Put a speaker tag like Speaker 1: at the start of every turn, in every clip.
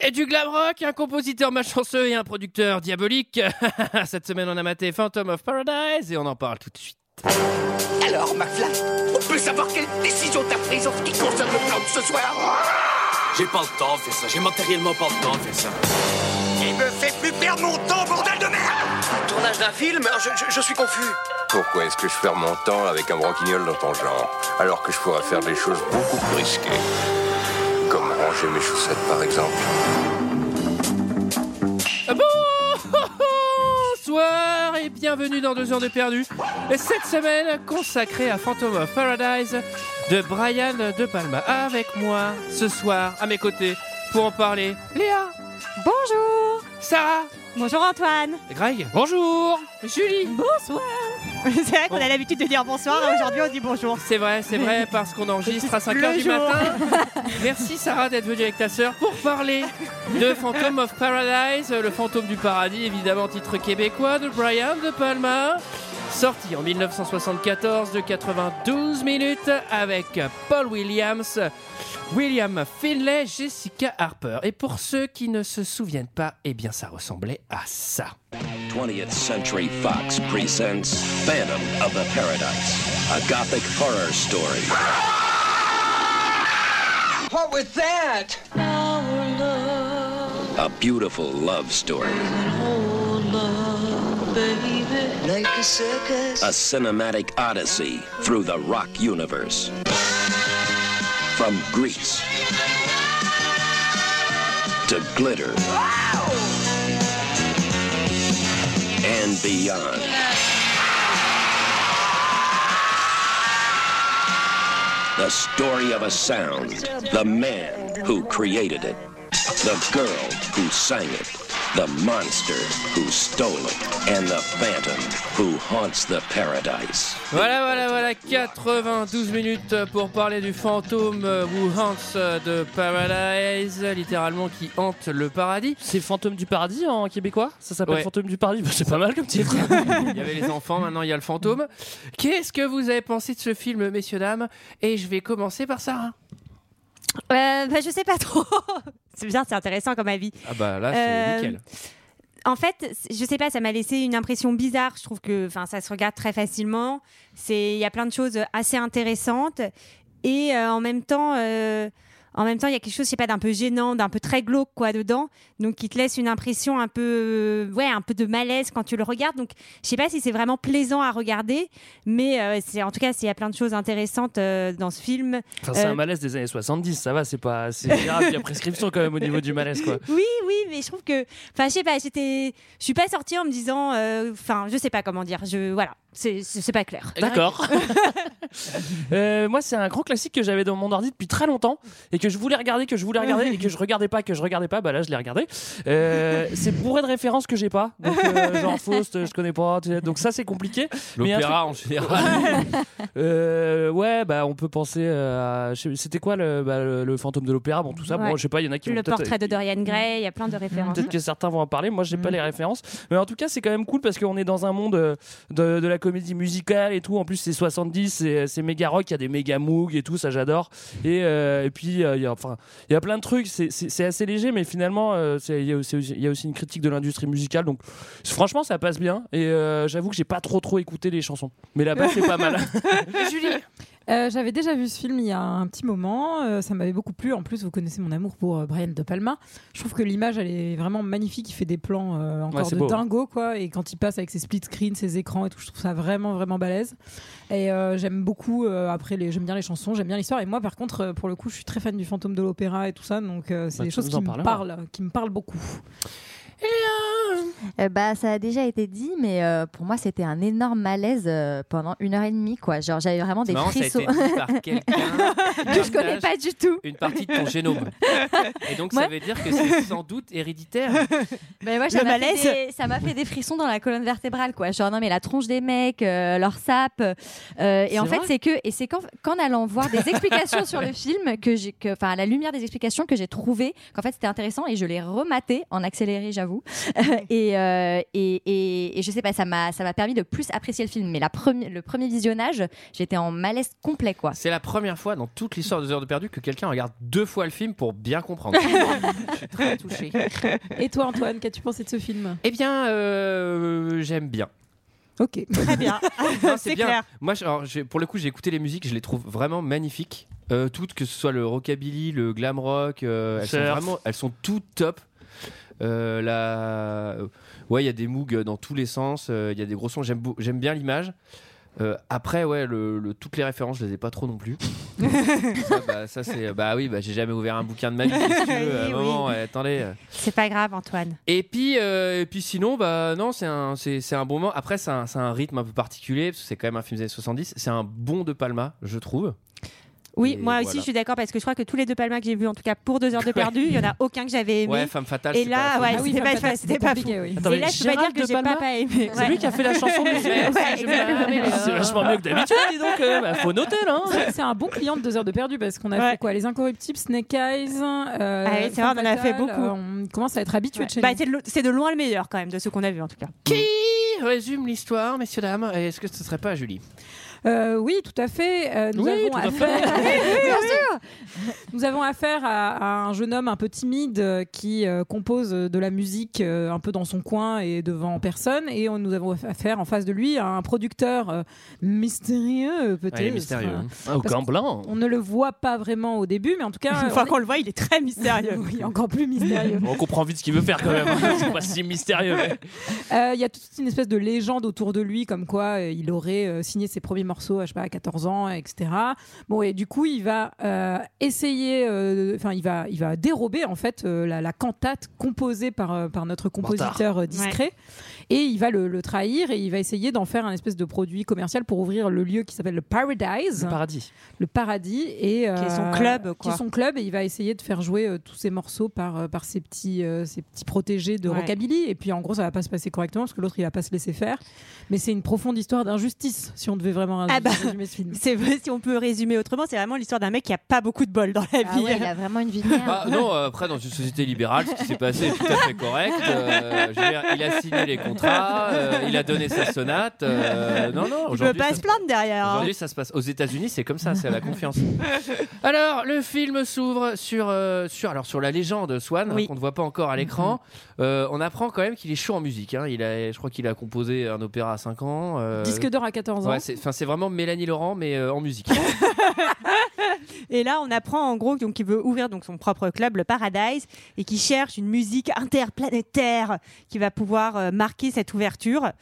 Speaker 1: Et du glam rock, un compositeur malchanceux et un producteur diabolique. Cette semaine, on a maté Phantom of Paradise et on en parle tout de suite.
Speaker 2: Alors, McFly, on peut savoir quelle décision t'as prise en ce qui concerne le plan de ce soir
Speaker 3: J'ai pas le temps de faire ça, j'ai matériellement pas le temps de faire ça.
Speaker 2: Il me fait plus perdre mon temps, bordel de merde
Speaker 4: Tournage d'un film je, je- je suis confus.
Speaker 5: Pourquoi est-ce que je perds mon temps avec un broquignol dans ton genre, alors que je pourrais faire des choses beaucoup plus risquées Comme ranger mes chaussettes, par exemple.
Speaker 1: Bonsoir Ah et bienvenue dans 2 heures de perdu. Et cette semaine consacrée à Phantom of Paradise de Brian De Palma. Avec moi ce soir, à mes côtés, pour en parler, Léa,
Speaker 6: Bonjour
Speaker 1: Sarah,
Speaker 6: Bonjour Antoine
Speaker 1: Greg, bonjour, Julie.
Speaker 6: Bonsoir C'est vrai qu'on a l'habitude de dire bonsoir, et aujourd'hui on dit bonjour.
Speaker 1: C'est vrai, c'est vrai, parce qu'on enregistre à 5h
Speaker 6: Le
Speaker 1: du
Speaker 6: jour.
Speaker 1: matin. Merci Sarah d'être venue avec ta sœur pour parler de Phantom of Paradise, le fantôme du paradis, évidemment titre québécois de Brian De Palma. Sorti en 1974 de 92 minutes avec Paul Williams, William Finlay, Jessica Harper. Et pour ceux qui ne se souviennent pas, eh bien ça ressemblait à ça.
Speaker 7: 20th Century Fox presents Phantom of the Paradise, a gothic horror story.
Speaker 2: What was that
Speaker 7: A beautiful love story. A cinematic odyssey through the rock universe. From Greece to glitter and beyond. The story of a sound, the man who created it. The girl who sang it, the monster who stole it, and the phantom who haunts the paradise.
Speaker 1: Voilà, voilà, voilà, 92 minutes pour parler du fantôme euh, Who Haunts euh, de Paradise, littéralement qui hante le paradis.
Speaker 8: C'est Fantôme du Paradis en québécois Ça s'appelle
Speaker 1: Ouais.
Speaker 8: Fantôme du Paradis Bah, C'est pas mal comme titre.
Speaker 1: Il y avait les enfants, maintenant il y a le fantôme. Qu'est-ce que vous avez pensé de ce film, messieurs, dames Et je vais commencer par Sarah.
Speaker 6: Euh, bah, je sais pas trop C'est bien, c'est intéressant comme avis.
Speaker 1: Ah bah là,
Speaker 6: c'est Euh, nickel. En fait, c- je sais pas, ça m'a laissé une impression bizarre. Je trouve que enfin, ça se regarde très facilement. C'est- Il y a plein de choses assez intéressantes. Et euh, en même temps, euh, en même temps, il y a quelque chose, je sais pas, d'un peu gênant, d'un peu très glauque quoi dedans. Donc, qui te laisse une impression un peu, euh, ouais, un peu de malaise quand tu le regardes. Donc, je sais pas si c'est vraiment plaisant à regarder, mais euh, c'est en tout cas, c'est- il y a plein de choses intéressantes euh, dans ce film.
Speaker 8: Enfin, c'est
Speaker 6: Euh,
Speaker 8: un malaise des années 70, ça va, c'est pas. C'est grave, il y a prescription quand même au niveau du malaise, quoi.
Speaker 6: Oui, oui, mais je trouve que, enfin, je sais pas, j'étais, je suis pas sortie en me disant, euh, enfin, je sais pas comment dire, je, voilà, c'est, c'est c'est pas clair.
Speaker 8: D'accord. Euh, moi, c'est un gros classique que j'avais dans mon ordi depuis très longtemps et que je voulais regarder, que je voulais regarder et que je regardais pas, que je regardais pas. Bah là, je l'ai regardé. Euh, c'est bourré de références que j'ai pas. Donc, euh, genre Faust, je connais pas. tu sais. Donc ça, c'est compliqué. Mais un
Speaker 1: L'opéra en général.
Speaker 8: Euh, ouais, bah on peut penser. euh, à- je sais- C'était quoi le, bah, le, le fantôme de l'opéra Bon, tout ça.
Speaker 6: Ouais.
Speaker 8: Bon, je sais pas. Il y en a qui vont
Speaker 6: Le
Speaker 8: peut-être-
Speaker 6: portrait de Dorian Gray, il y a
Speaker 8: Mm.
Speaker 6: plein de
Speaker 9: Hein.
Speaker 6: références.
Speaker 8: Peut-être que certains vont en parler. Moi, j'ai pas les références. Mais en tout cas, c'est quand même cool parce qu'on est dans un monde euh, de, de la comédie musicale et tout. En plus, c'est 70, c'est c'est méga rock, il y a des méga moog et tout, ça j'adore. Et, euh, et puis, euh, il y a- enfin, il y a plein de trucs. C'est- C'est c'est assez léger, mais finalement, euh, c'est- il y, a aussi- il y a aussi une critique de l'industrie musicale. Donc, franchement, ça passe bien. Et euh, j'avoue que j'ai pas trop trop écouté les chansons. Mais là-bas, c'est pas mal.
Speaker 10: Euh, J'avais déjà vu ce film il y a un petit moment, euh, ça m'avait beaucoup plu. En plus, vous connaissez mon amour pour euh, Brian De Palma. Je trouve que l'image, elle est vraiment magnifique. Il fait des plans euh, encore
Speaker 8: c'est
Speaker 10: de
Speaker 8: beau, hein. ouais.
Speaker 10: dingo, quoi. Et quand il passe avec ses split screens, ses écrans et tout, je trouve ça vraiment, vraiment balèze. Et euh, j'aime beaucoup, euh, après, les- j'aime bien les chansons, j'aime bien l'histoire. Et moi, par contre, euh, pour le coup, je suis très fan du fantôme de l'opéra et tout ça. Donc, euh, c'est
Speaker 8: Bah,
Speaker 10: des
Speaker 8: tu
Speaker 10: choses
Speaker 8: nous
Speaker 10: qui
Speaker 8: en
Speaker 10: me
Speaker 8: parleras.
Speaker 10: parlent, qui me parlent beaucoup.
Speaker 9: Euh, bah, ça a déjà été dit, mais euh, pour moi, c'était un énorme malaise euh, pendant une heure et demie, quoi. Genre, j'avais vraiment des
Speaker 1: Non, ça a
Speaker 9: frissons
Speaker 1: été dit par quelqu'un
Speaker 9: que je connais pas du tout.
Speaker 1: une partie de ton génome. Et donc ça
Speaker 9: Ouais.
Speaker 1: veut dire que c'est sans doute héréditaire.
Speaker 9: Mais moi,
Speaker 6: Le
Speaker 9: ça m'a fait,
Speaker 6: malaise.
Speaker 9: des- ça m'a fait des frissons dans la colonne vertébrale, quoi. Genre, non, mais la tronche des mecs, euh, leur sape. euh, et en
Speaker 8: vrai
Speaker 9: fait, c'est que, et c'est qu'en qu'en allant voir des explications sur le film, que j'ai, que- enfin, à la lumière des explications que j'ai trouvé, qu'en fait, c'était intéressant et je l'ai rematé en accéléré, j'avoue. et, euh, et, et, et je sais pas, ça m'a ça m'a permis de plus apprécier le film. Mais la premi- le premier visionnage, j'étais en malaise complet, quoi.
Speaker 1: C'est la première fois dans toute l'histoire de Deux heures de perdu que quelqu'un regarde deux fois le film pour bien comprendre.
Speaker 10: touché. Et toi, Antoine, qu'as-tu pensé de ce film
Speaker 1: eh bien, euh, j'aime bien.
Speaker 10: Ok.
Speaker 11: Très bien.
Speaker 1: Non,
Speaker 11: C'est clair.
Speaker 1: Moi, je- alors, j'ai- pour le coup, j'ai écouté les musiques, je les trouve vraiment magnifiques. Euh, toutes, que ce soit le rockabilly, le glam rock, euh, elles, sont
Speaker 8: Surf.
Speaker 1: vraiment, elles sont toutes top. Euh, la- Ouais, il y a des moogs dans tous les sens, euh, il y a des gros sons, j'aime beau- j'aime bien l'image. Euh, après, ouais, le, le- toutes les références, je les ai pas trop non plus. ça, bah, ça, c'est. Bah oui, bah, j'ai jamais ouvert un bouquin de ma vie. qu'est-ce que tu veux, à un
Speaker 6: Oui,
Speaker 1: moment,
Speaker 6: oui.
Speaker 1: ouais, attendez. euh.
Speaker 6: C'est pas grave, Antoine.
Speaker 1: Et puis, euh, et puis sinon, bah non, c'est un, c'est, c'est un bon moment. Après, c'est un, c'est un rythme un peu particulier, parce que c'est quand même un film des années 70. C'est un bon de Palma, je trouve.
Speaker 6: Oui,
Speaker 1: Et
Speaker 6: moi aussi,
Speaker 1: voilà.
Speaker 6: je suis d'accord parce que je crois que tous les deux Palmas que j'ai vus, en tout cas pour deux heures de perdu, il y en a aucun que j'avais aimé.
Speaker 1: Ouais, Femme Fatale.
Speaker 6: et
Speaker 1: c'est pas
Speaker 6: là,
Speaker 1: la folie.
Speaker 6: ouais,
Speaker 10: Ah oui,
Speaker 6: c'était
Speaker 10: Femme
Speaker 6: pas,
Speaker 10: Fatale,
Speaker 6: c'était
Speaker 10: c'est
Speaker 6: pas
Speaker 10: compliqué,
Speaker 6: fou.
Speaker 10: oui.
Speaker 6: Et
Speaker 8: Attends, mais
Speaker 6: là, je peux pas
Speaker 10: Gérald
Speaker 6: dire que
Speaker 10: de
Speaker 6: j'ai pas,
Speaker 10: Palma,
Speaker 6: pas aimé.
Speaker 8: C'est lui qui a fait la chanson de
Speaker 1: Ouais,
Speaker 8: film.
Speaker 1: ça, je me rappelle.
Speaker 8: C'est vachement mieux que d'habitude, dis donc. euh, bah, faut noter, là.
Speaker 10: C'est vrai que c'est un bon client de deux heures de perdu parce qu'on a
Speaker 11: Ouais.
Speaker 10: fait quoi Les Incorruptibles, Snake Eyes. euh,
Speaker 6: Ah oui, c'est vrai, on en a
Speaker 10: Femme
Speaker 6: fait
Speaker 10: Fatale,
Speaker 6: beaucoup.
Speaker 10: euh, on commence à être habitué
Speaker 6: Ouais.
Speaker 10: de chez
Speaker 6: Bah,
Speaker 10: nous.
Speaker 6: c'est de lo- c'est de loin le meilleur quand même de ce qu'on a vu en tout cas.
Speaker 1: Qui résume l'histoire, messieurs, dames Et Est-ce que ce serait pas Julie
Speaker 10: Euh, oui, tout à fait. Euh, nous
Speaker 1: Oui,
Speaker 10: avons
Speaker 1: tout à
Speaker 10: affaire... nous avons affaire à, à un jeune homme un peu timide euh, qui euh, compose euh, de la musique euh, un peu dans son coin et devant personne. Et on- nous avons affaire en face de lui à un producteur euh, mystérieux, peut-être.
Speaker 1: Elle est mystérieux.
Speaker 10: Enfin,
Speaker 1: hein.
Speaker 8: Au camp blanc.
Speaker 10: on ne le voit pas vraiment au début, mais en tout cas,
Speaker 11: Une
Speaker 10: on
Speaker 11: fois
Speaker 10: est-
Speaker 11: qu'on le voit, il est très mystérieux.
Speaker 10: oui, encore plus mystérieux.
Speaker 8: On comprend vite ce qu'il veut faire quand même. hein. C'est pas si mystérieux. mais-
Speaker 10: Euh, Il y a toute une espèce de légende autour de lui, comme quoi euh, il aurait euh, signé ses premiers morceaux à, je sais pas, à 14 ans, etc. Bon, et du coup, il va euh, essayer, euh, enfin, il, va, il va dérober en fait euh, la, la cantate composée par, euh, par notre compositeur euh, discret. Et il va le, le trahir et il va essayer d'en faire un espèce de produit commercial pour ouvrir le lieu qui s'appelle le Paradise,
Speaker 8: Le paradis.
Speaker 10: le paradis, et euh,
Speaker 11: Qui est son club,
Speaker 10: qui
Speaker 11: quoi.
Speaker 10: est son club. Et il va essayer de faire jouer euh, tous ses morceaux par, euh, par ses, petits, euh, ses petits protégés de
Speaker 11: Ouais.
Speaker 10: rockabilly. Et puis en gros, ça va pas se passer correctement parce que l'autre, il va pas se laisser faire. Mais c'est une profonde histoire d'injustice, si on devait vraiment
Speaker 11: Ah bah.
Speaker 10: résumer ce film.
Speaker 11: C'est vrai, si on peut résumer autrement, c'est vraiment l'histoire d'un mec qui a pas beaucoup de bol dans la
Speaker 9: Ah
Speaker 11: vie.
Speaker 9: ouais, il a vraiment une vie de merde.
Speaker 1: Ah, non, euh, après, dans une société libérale, ce qui s'est passé est tout à fait correct. Euh, je veux dire, il a signé les contrats, euh, il a donné sa sonate. euh, non, non,
Speaker 11: Il peut
Speaker 1: aujourd'hui,
Speaker 11: pas
Speaker 1: ça-
Speaker 11: se plaindre derrière. hein.
Speaker 1: Aujourd'hui, ça se passe aux États-Unis, c'est comme ça, c'est à la confiance. Alors, le film s'ouvre sur, euh, sur, alors, sur la légende Swan,
Speaker 11: Oui.
Speaker 1: qu'on ne voit pas encore à l'écran.
Speaker 10: Mhm.
Speaker 1: Euh, on apprend quand même qu'il est chaud en musique. hein. Il a, je crois qu'il a composé un opéra à 5 ans. euh,
Speaker 10: Disque d'or à 14 ans.
Speaker 1: ouais, c'est, enfin, c'est vraiment Mélanie Laurent, mais euh, en musique.
Speaker 11: Et là, on apprend en gros donc, qu'il veut ouvrir donc, son propre club, le Paradise, et qu'il cherche une musique interplanétaire qui va pouvoir euh, marquer cette ouverture.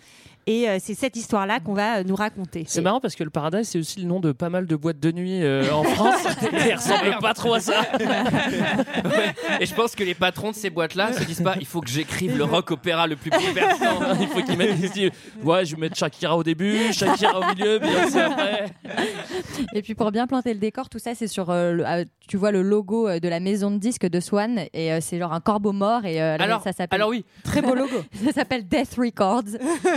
Speaker 11: Et euh, c'est cette histoire-là qu'on va euh, nous raconter.
Speaker 8: C'est marrant parce que le paradis, c'est aussi le nom de pas mal de boîtes de nuit euh, en France. Il ressemble pas trop à ça.
Speaker 1: Ouais. Et je pense que les patrons de ces boîtes-là se disent pas il faut que j'écrive le rock opéra le plus bouleversant.
Speaker 8: Il faut qu'ils mettent ici. Ouais, je vais mettre Shakira au début, Shakira au milieu, Beyoncé après.
Speaker 9: Et puis pour bien planter le décor, tout ça, c'est sur. euh, le- ah, tu vois le logo euh, de la maison de disques de Swan et euh, c'est genre un corbeau mort et euh, là,
Speaker 1: Alors,
Speaker 9: ça s'appelle.
Speaker 1: alors oui,
Speaker 10: Très beau logo.
Speaker 9: Ça s'appelle Death Records.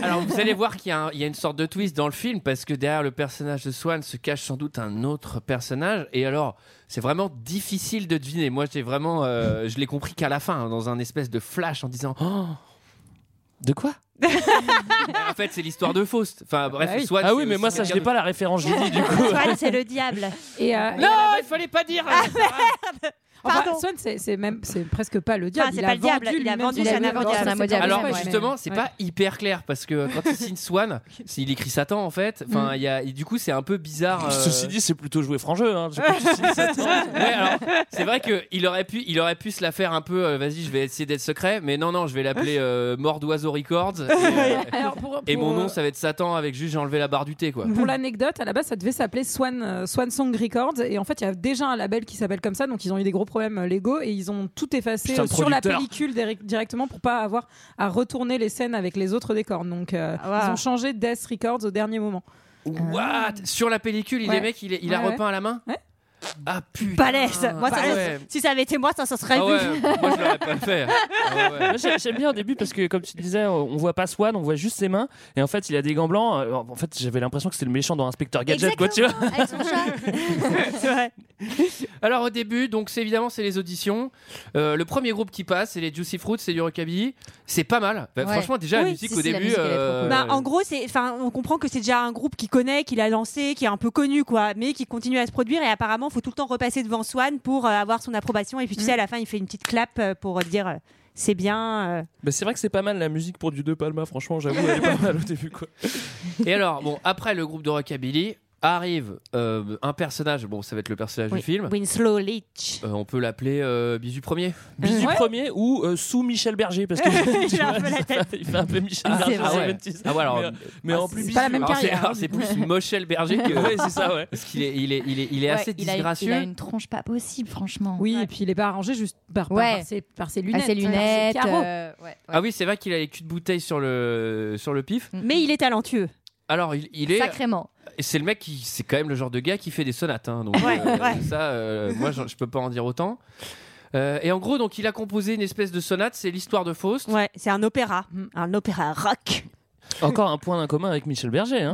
Speaker 1: Alors vous allez voir qu'il y, a un- il y a une sorte de twist dans le film parce que derrière le personnage de Swan se cache sans doute un autre personnage et alors c'est vraiment difficile de deviner. Moi j'ai vraiment euh, je l'ai compris qu'à la fin hein, dans un espèce de flash en disant Oh
Speaker 8: De quoi
Speaker 1: en fait c'est l'histoire de Faust. Enfin bref
Speaker 10: Ah oui.
Speaker 1: Swan.
Speaker 8: Ah
Speaker 1: c'est
Speaker 8: oui, mais moi,
Speaker 1: aussi
Speaker 8: ça, je n'ai
Speaker 1: quelqu'un
Speaker 8: pas la référence, je vous dis, du coup.
Speaker 9: Swan, c'est le diable.
Speaker 10: Et, euh,
Speaker 1: de- Non il fallait pas dire.
Speaker 10: enfin,
Speaker 11: Pardon.
Speaker 10: Swan, c'est c'est même c'est presque pas le diable.
Speaker 11: Enfin, c'est
Speaker 10: il
Speaker 11: pas
Speaker 10: a
Speaker 11: le diable,
Speaker 10: vendu
Speaker 11: il a
Speaker 10: lui-même
Speaker 11: vendu
Speaker 10: son
Speaker 11: son
Speaker 10: diable.
Speaker 11: avant-diable.
Speaker 10: Non, c'est
Speaker 9: Alors,
Speaker 10: pas
Speaker 1: Alors
Speaker 10: le diable,
Speaker 1: justement
Speaker 10: mais-
Speaker 1: c'est
Speaker 10: ouais.
Speaker 1: pas hyper clair parce que quand il signe Swan il écrit Satan en fait. Enfin il y a- du coup c'est un peu bizarre. euh,
Speaker 8: Ceci dit, c'est plutôt jouer franc jeu. Hein. J'ai pas de souci de ça.
Speaker 1: Ouais, alors, c'est vrai qu'il aurait pu, il aurait pu se la faire un peu. euh, Vas-y, je vais essayer d'être secret, mais non, non, je vais l'appeler euh, Mort d'oiseau Records. Et, euh,
Speaker 10: Alors, pour-
Speaker 1: et mon
Speaker 10: pour,
Speaker 1: nom,
Speaker 10: euh,
Speaker 1: ça va être Satan avec juste j'ai enlevé la barre du thé, quoi.
Speaker 10: Pour l'anecdote, à la base, ça devait s'appeler Swan, euh, Swan Song Records. Et en fait, il y a déjà un label qui s'appelle comme ça. Donc, ils ont eu des gros problèmes euh, légaux et ils ont tout effacé
Speaker 8: Putain,
Speaker 10: euh,
Speaker 8: le
Speaker 10: sur la
Speaker 8: producteur.
Speaker 10: pellicule direct- directement pour pas avoir à retourner les scènes avec les autres décors. Donc, euh,
Speaker 11: Ah, waouh.
Speaker 10: ils ont changé Death Records au dernier moment.
Speaker 11: Ah.
Speaker 1: What Sur la pellicule, il
Speaker 10: Ouais.
Speaker 1: est mec, il, est- il a
Speaker 10: Ouais, ouais.
Speaker 1: repeint à la main.
Speaker 10: Ouais.
Speaker 1: Ah putain.
Speaker 11: Balèze. Moi, ça,
Speaker 1: Ah
Speaker 11: ça-
Speaker 1: ouais.
Speaker 11: Si ça avait été moi, ça, ça serait
Speaker 1: Ah
Speaker 11: vu.
Speaker 1: ouais, moi je l'aurais pas fait. Ah ouais.
Speaker 8: Moi, j'ai- J'aime bien au début parce que, comme tu disais, on on voit pas Swan, on voit juste ses mains. Et en fait, il a des gants blancs. Alors, En fait, j'avais l'impression que c'était le méchant dans Inspecteur Gadget, quoi, tu vois.
Speaker 1: Alors au début, donc c'est évidemment c'est les auditions. Euh, le premier groupe qui passe, c'est les Juicy Fruits, c'est du rockabilly. C'est pas mal. Bah,
Speaker 11: Ouais.
Speaker 1: Franchement, déjà la
Speaker 11: Oui,
Speaker 1: musique
Speaker 11: si,
Speaker 1: au
Speaker 11: si, la
Speaker 1: début.
Speaker 11: musique, elle est trop
Speaker 1: euh,
Speaker 11: cool. Bah, en gros, c'est, enfin, on comprend que c'est déjà un groupe qui connaît, qui l'a lancé, qui est un peu connu, quoi, mais qui continue à se produire. Et apparemment, il faut tout le temps repasser devant Swan pour euh, avoir son approbation. Et puis, tu sais, à la fin, il fait une petite clap euh, pour dire euh, c'est bien. euh.
Speaker 8: Bah, c'est vrai que c'est pas mal la musique pour du De Palma, franchement, j'avoue, elle est pas mal au début, quoi.
Speaker 1: Et alors, bon, après le groupe de rockabilly arrive euh, un personnage. Bon, ça va être le personnage
Speaker 11: Oui,
Speaker 1: du film.
Speaker 11: Winslow Leach.
Speaker 1: Euh, on peut l'appeler euh, Bisu Premier.
Speaker 8: Bisu Premier ou euh, sous Michel Berger, parce que tu vois, ça fait- il fait un peu Michel
Speaker 1: Ah,
Speaker 8: Berger,
Speaker 1: c'est vrai.
Speaker 8: c'est 70s.
Speaker 1: Ah ouais, alors,
Speaker 8: mais, euh, mais en plus,
Speaker 1: c'est
Speaker 8: Bisu.
Speaker 1: Alors, hein. c'est- alors,
Speaker 8: Alors,
Speaker 1: C'est plus Moschel Berger que.
Speaker 8: Ouais, c'est ça, ouais.
Speaker 1: Parce qu'il est, il est, il est, il est assez
Speaker 9: il, a,
Speaker 1: disgracieux.
Speaker 9: il a une tronche pas possible, franchement.
Speaker 10: Oui, et puis il est pas arrangé juste par, par-
Speaker 9: Ouais.
Speaker 10: par ses, par ses
Speaker 9: Ah,
Speaker 10: lunettes.
Speaker 9: ses lunettes,
Speaker 10: Par ses carreaux.
Speaker 9: euh, ouais.
Speaker 1: Ah oui, c'est vrai qu'il a les culs de bouteille sur le, sur le pif.
Speaker 11: Mais il est talentueux.
Speaker 1: Alors, il, il est.
Speaker 9: Sacrément.
Speaker 1: Et C'est le mec qui, c'est quand même le genre de gars qui fait des sonates. hein, donc
Speaker 11: Ouais,
Speaker 1: euh,
Speaker 11: ouais.
Speaker 1: ça, euh, moi, je je peux pas en dire autant. Euh, et en gros, donc, il a composé une espèce de sonate. C'est l'histoire de Faust.
Speaker 11: Ouais, Mm. c'est un opéra, un opéra rock.
Speaker 8: Encore un point en commun avec Michel Berger. Hein.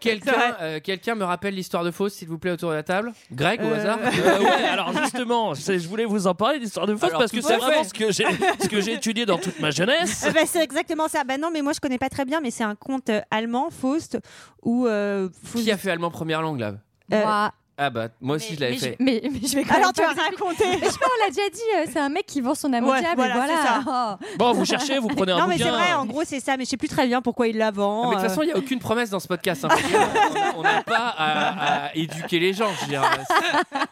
Speaker 1: Quelqu'un, euh, quelqu'un me rappelle l'histoire de Faust, s'il vous plaît, autour de la table. Greg, au
Speaker 11: Euh,
Speaker 1: hasard.
Speaker 8: Euh, ouais, alors justement, c'est- je voulais vous en parler d'histoire de Faust
Speaker 1: Alors,
Speaker 8: parce que
Speaker 1: tout
Speaker 8: c'est
Speaker 1: à
Speaker 8: vraiment
Speaker 1: fait.
Speaker 8: ce que j'ai ce que j'ai étudié dans toute ma jeunesse.
Speaker 11: Ah bah, c'est exactement ça. Bah non, mais moi je connais pas très bien, mais c'est un conte euh, allemand, Faust, ou euh, Faust-
Speaker 1: Qui a fait allemand première langue là
Speaker 11: Euh,
Speaker 9: Moi,
Speaker 1: Ah bah, moi aussi, je l'avais
Speaker 9: mais je-
Speaker 1: fait.
Speaker 9: mais, mais je vais quand
Speaker 11: Alors
Speaker 9: même
Speaker 11: tu
Speaker 9: pas
Speaker 1: Ah,
Speaker 11: as
Speaker 9: vous expliquer.
Speaker 11: raconté.
Speaker 9: Mais je sais pas, on l'a déjà dit, euh, c'est un mec qui vend son amour
Speaker 11: Ouais,
Speaker 9: diable.
Speaker 11: voilà,
Speaker 9: Voilà,
Speaker 11: c'est
Speaker 9: Oh.
Speaker 8: Bon, vous cherchez, vous prenez un
Speaker 11: Non, mais
Speaker 8: bouquin.
Speaker 11: c'est vrai,
Speaker 1: euh,
Speaker 11: en gros, c'est ça, mais je sais plus très bien pourquoi il euh, la
Speaker 1: Ah,
Speaker 11: vend.
Speaker 1: mais de toute façon, il n'y a aucune promesse dans ce podcast. hein. On n'a pas à, à éduquer les gens. je veux dire.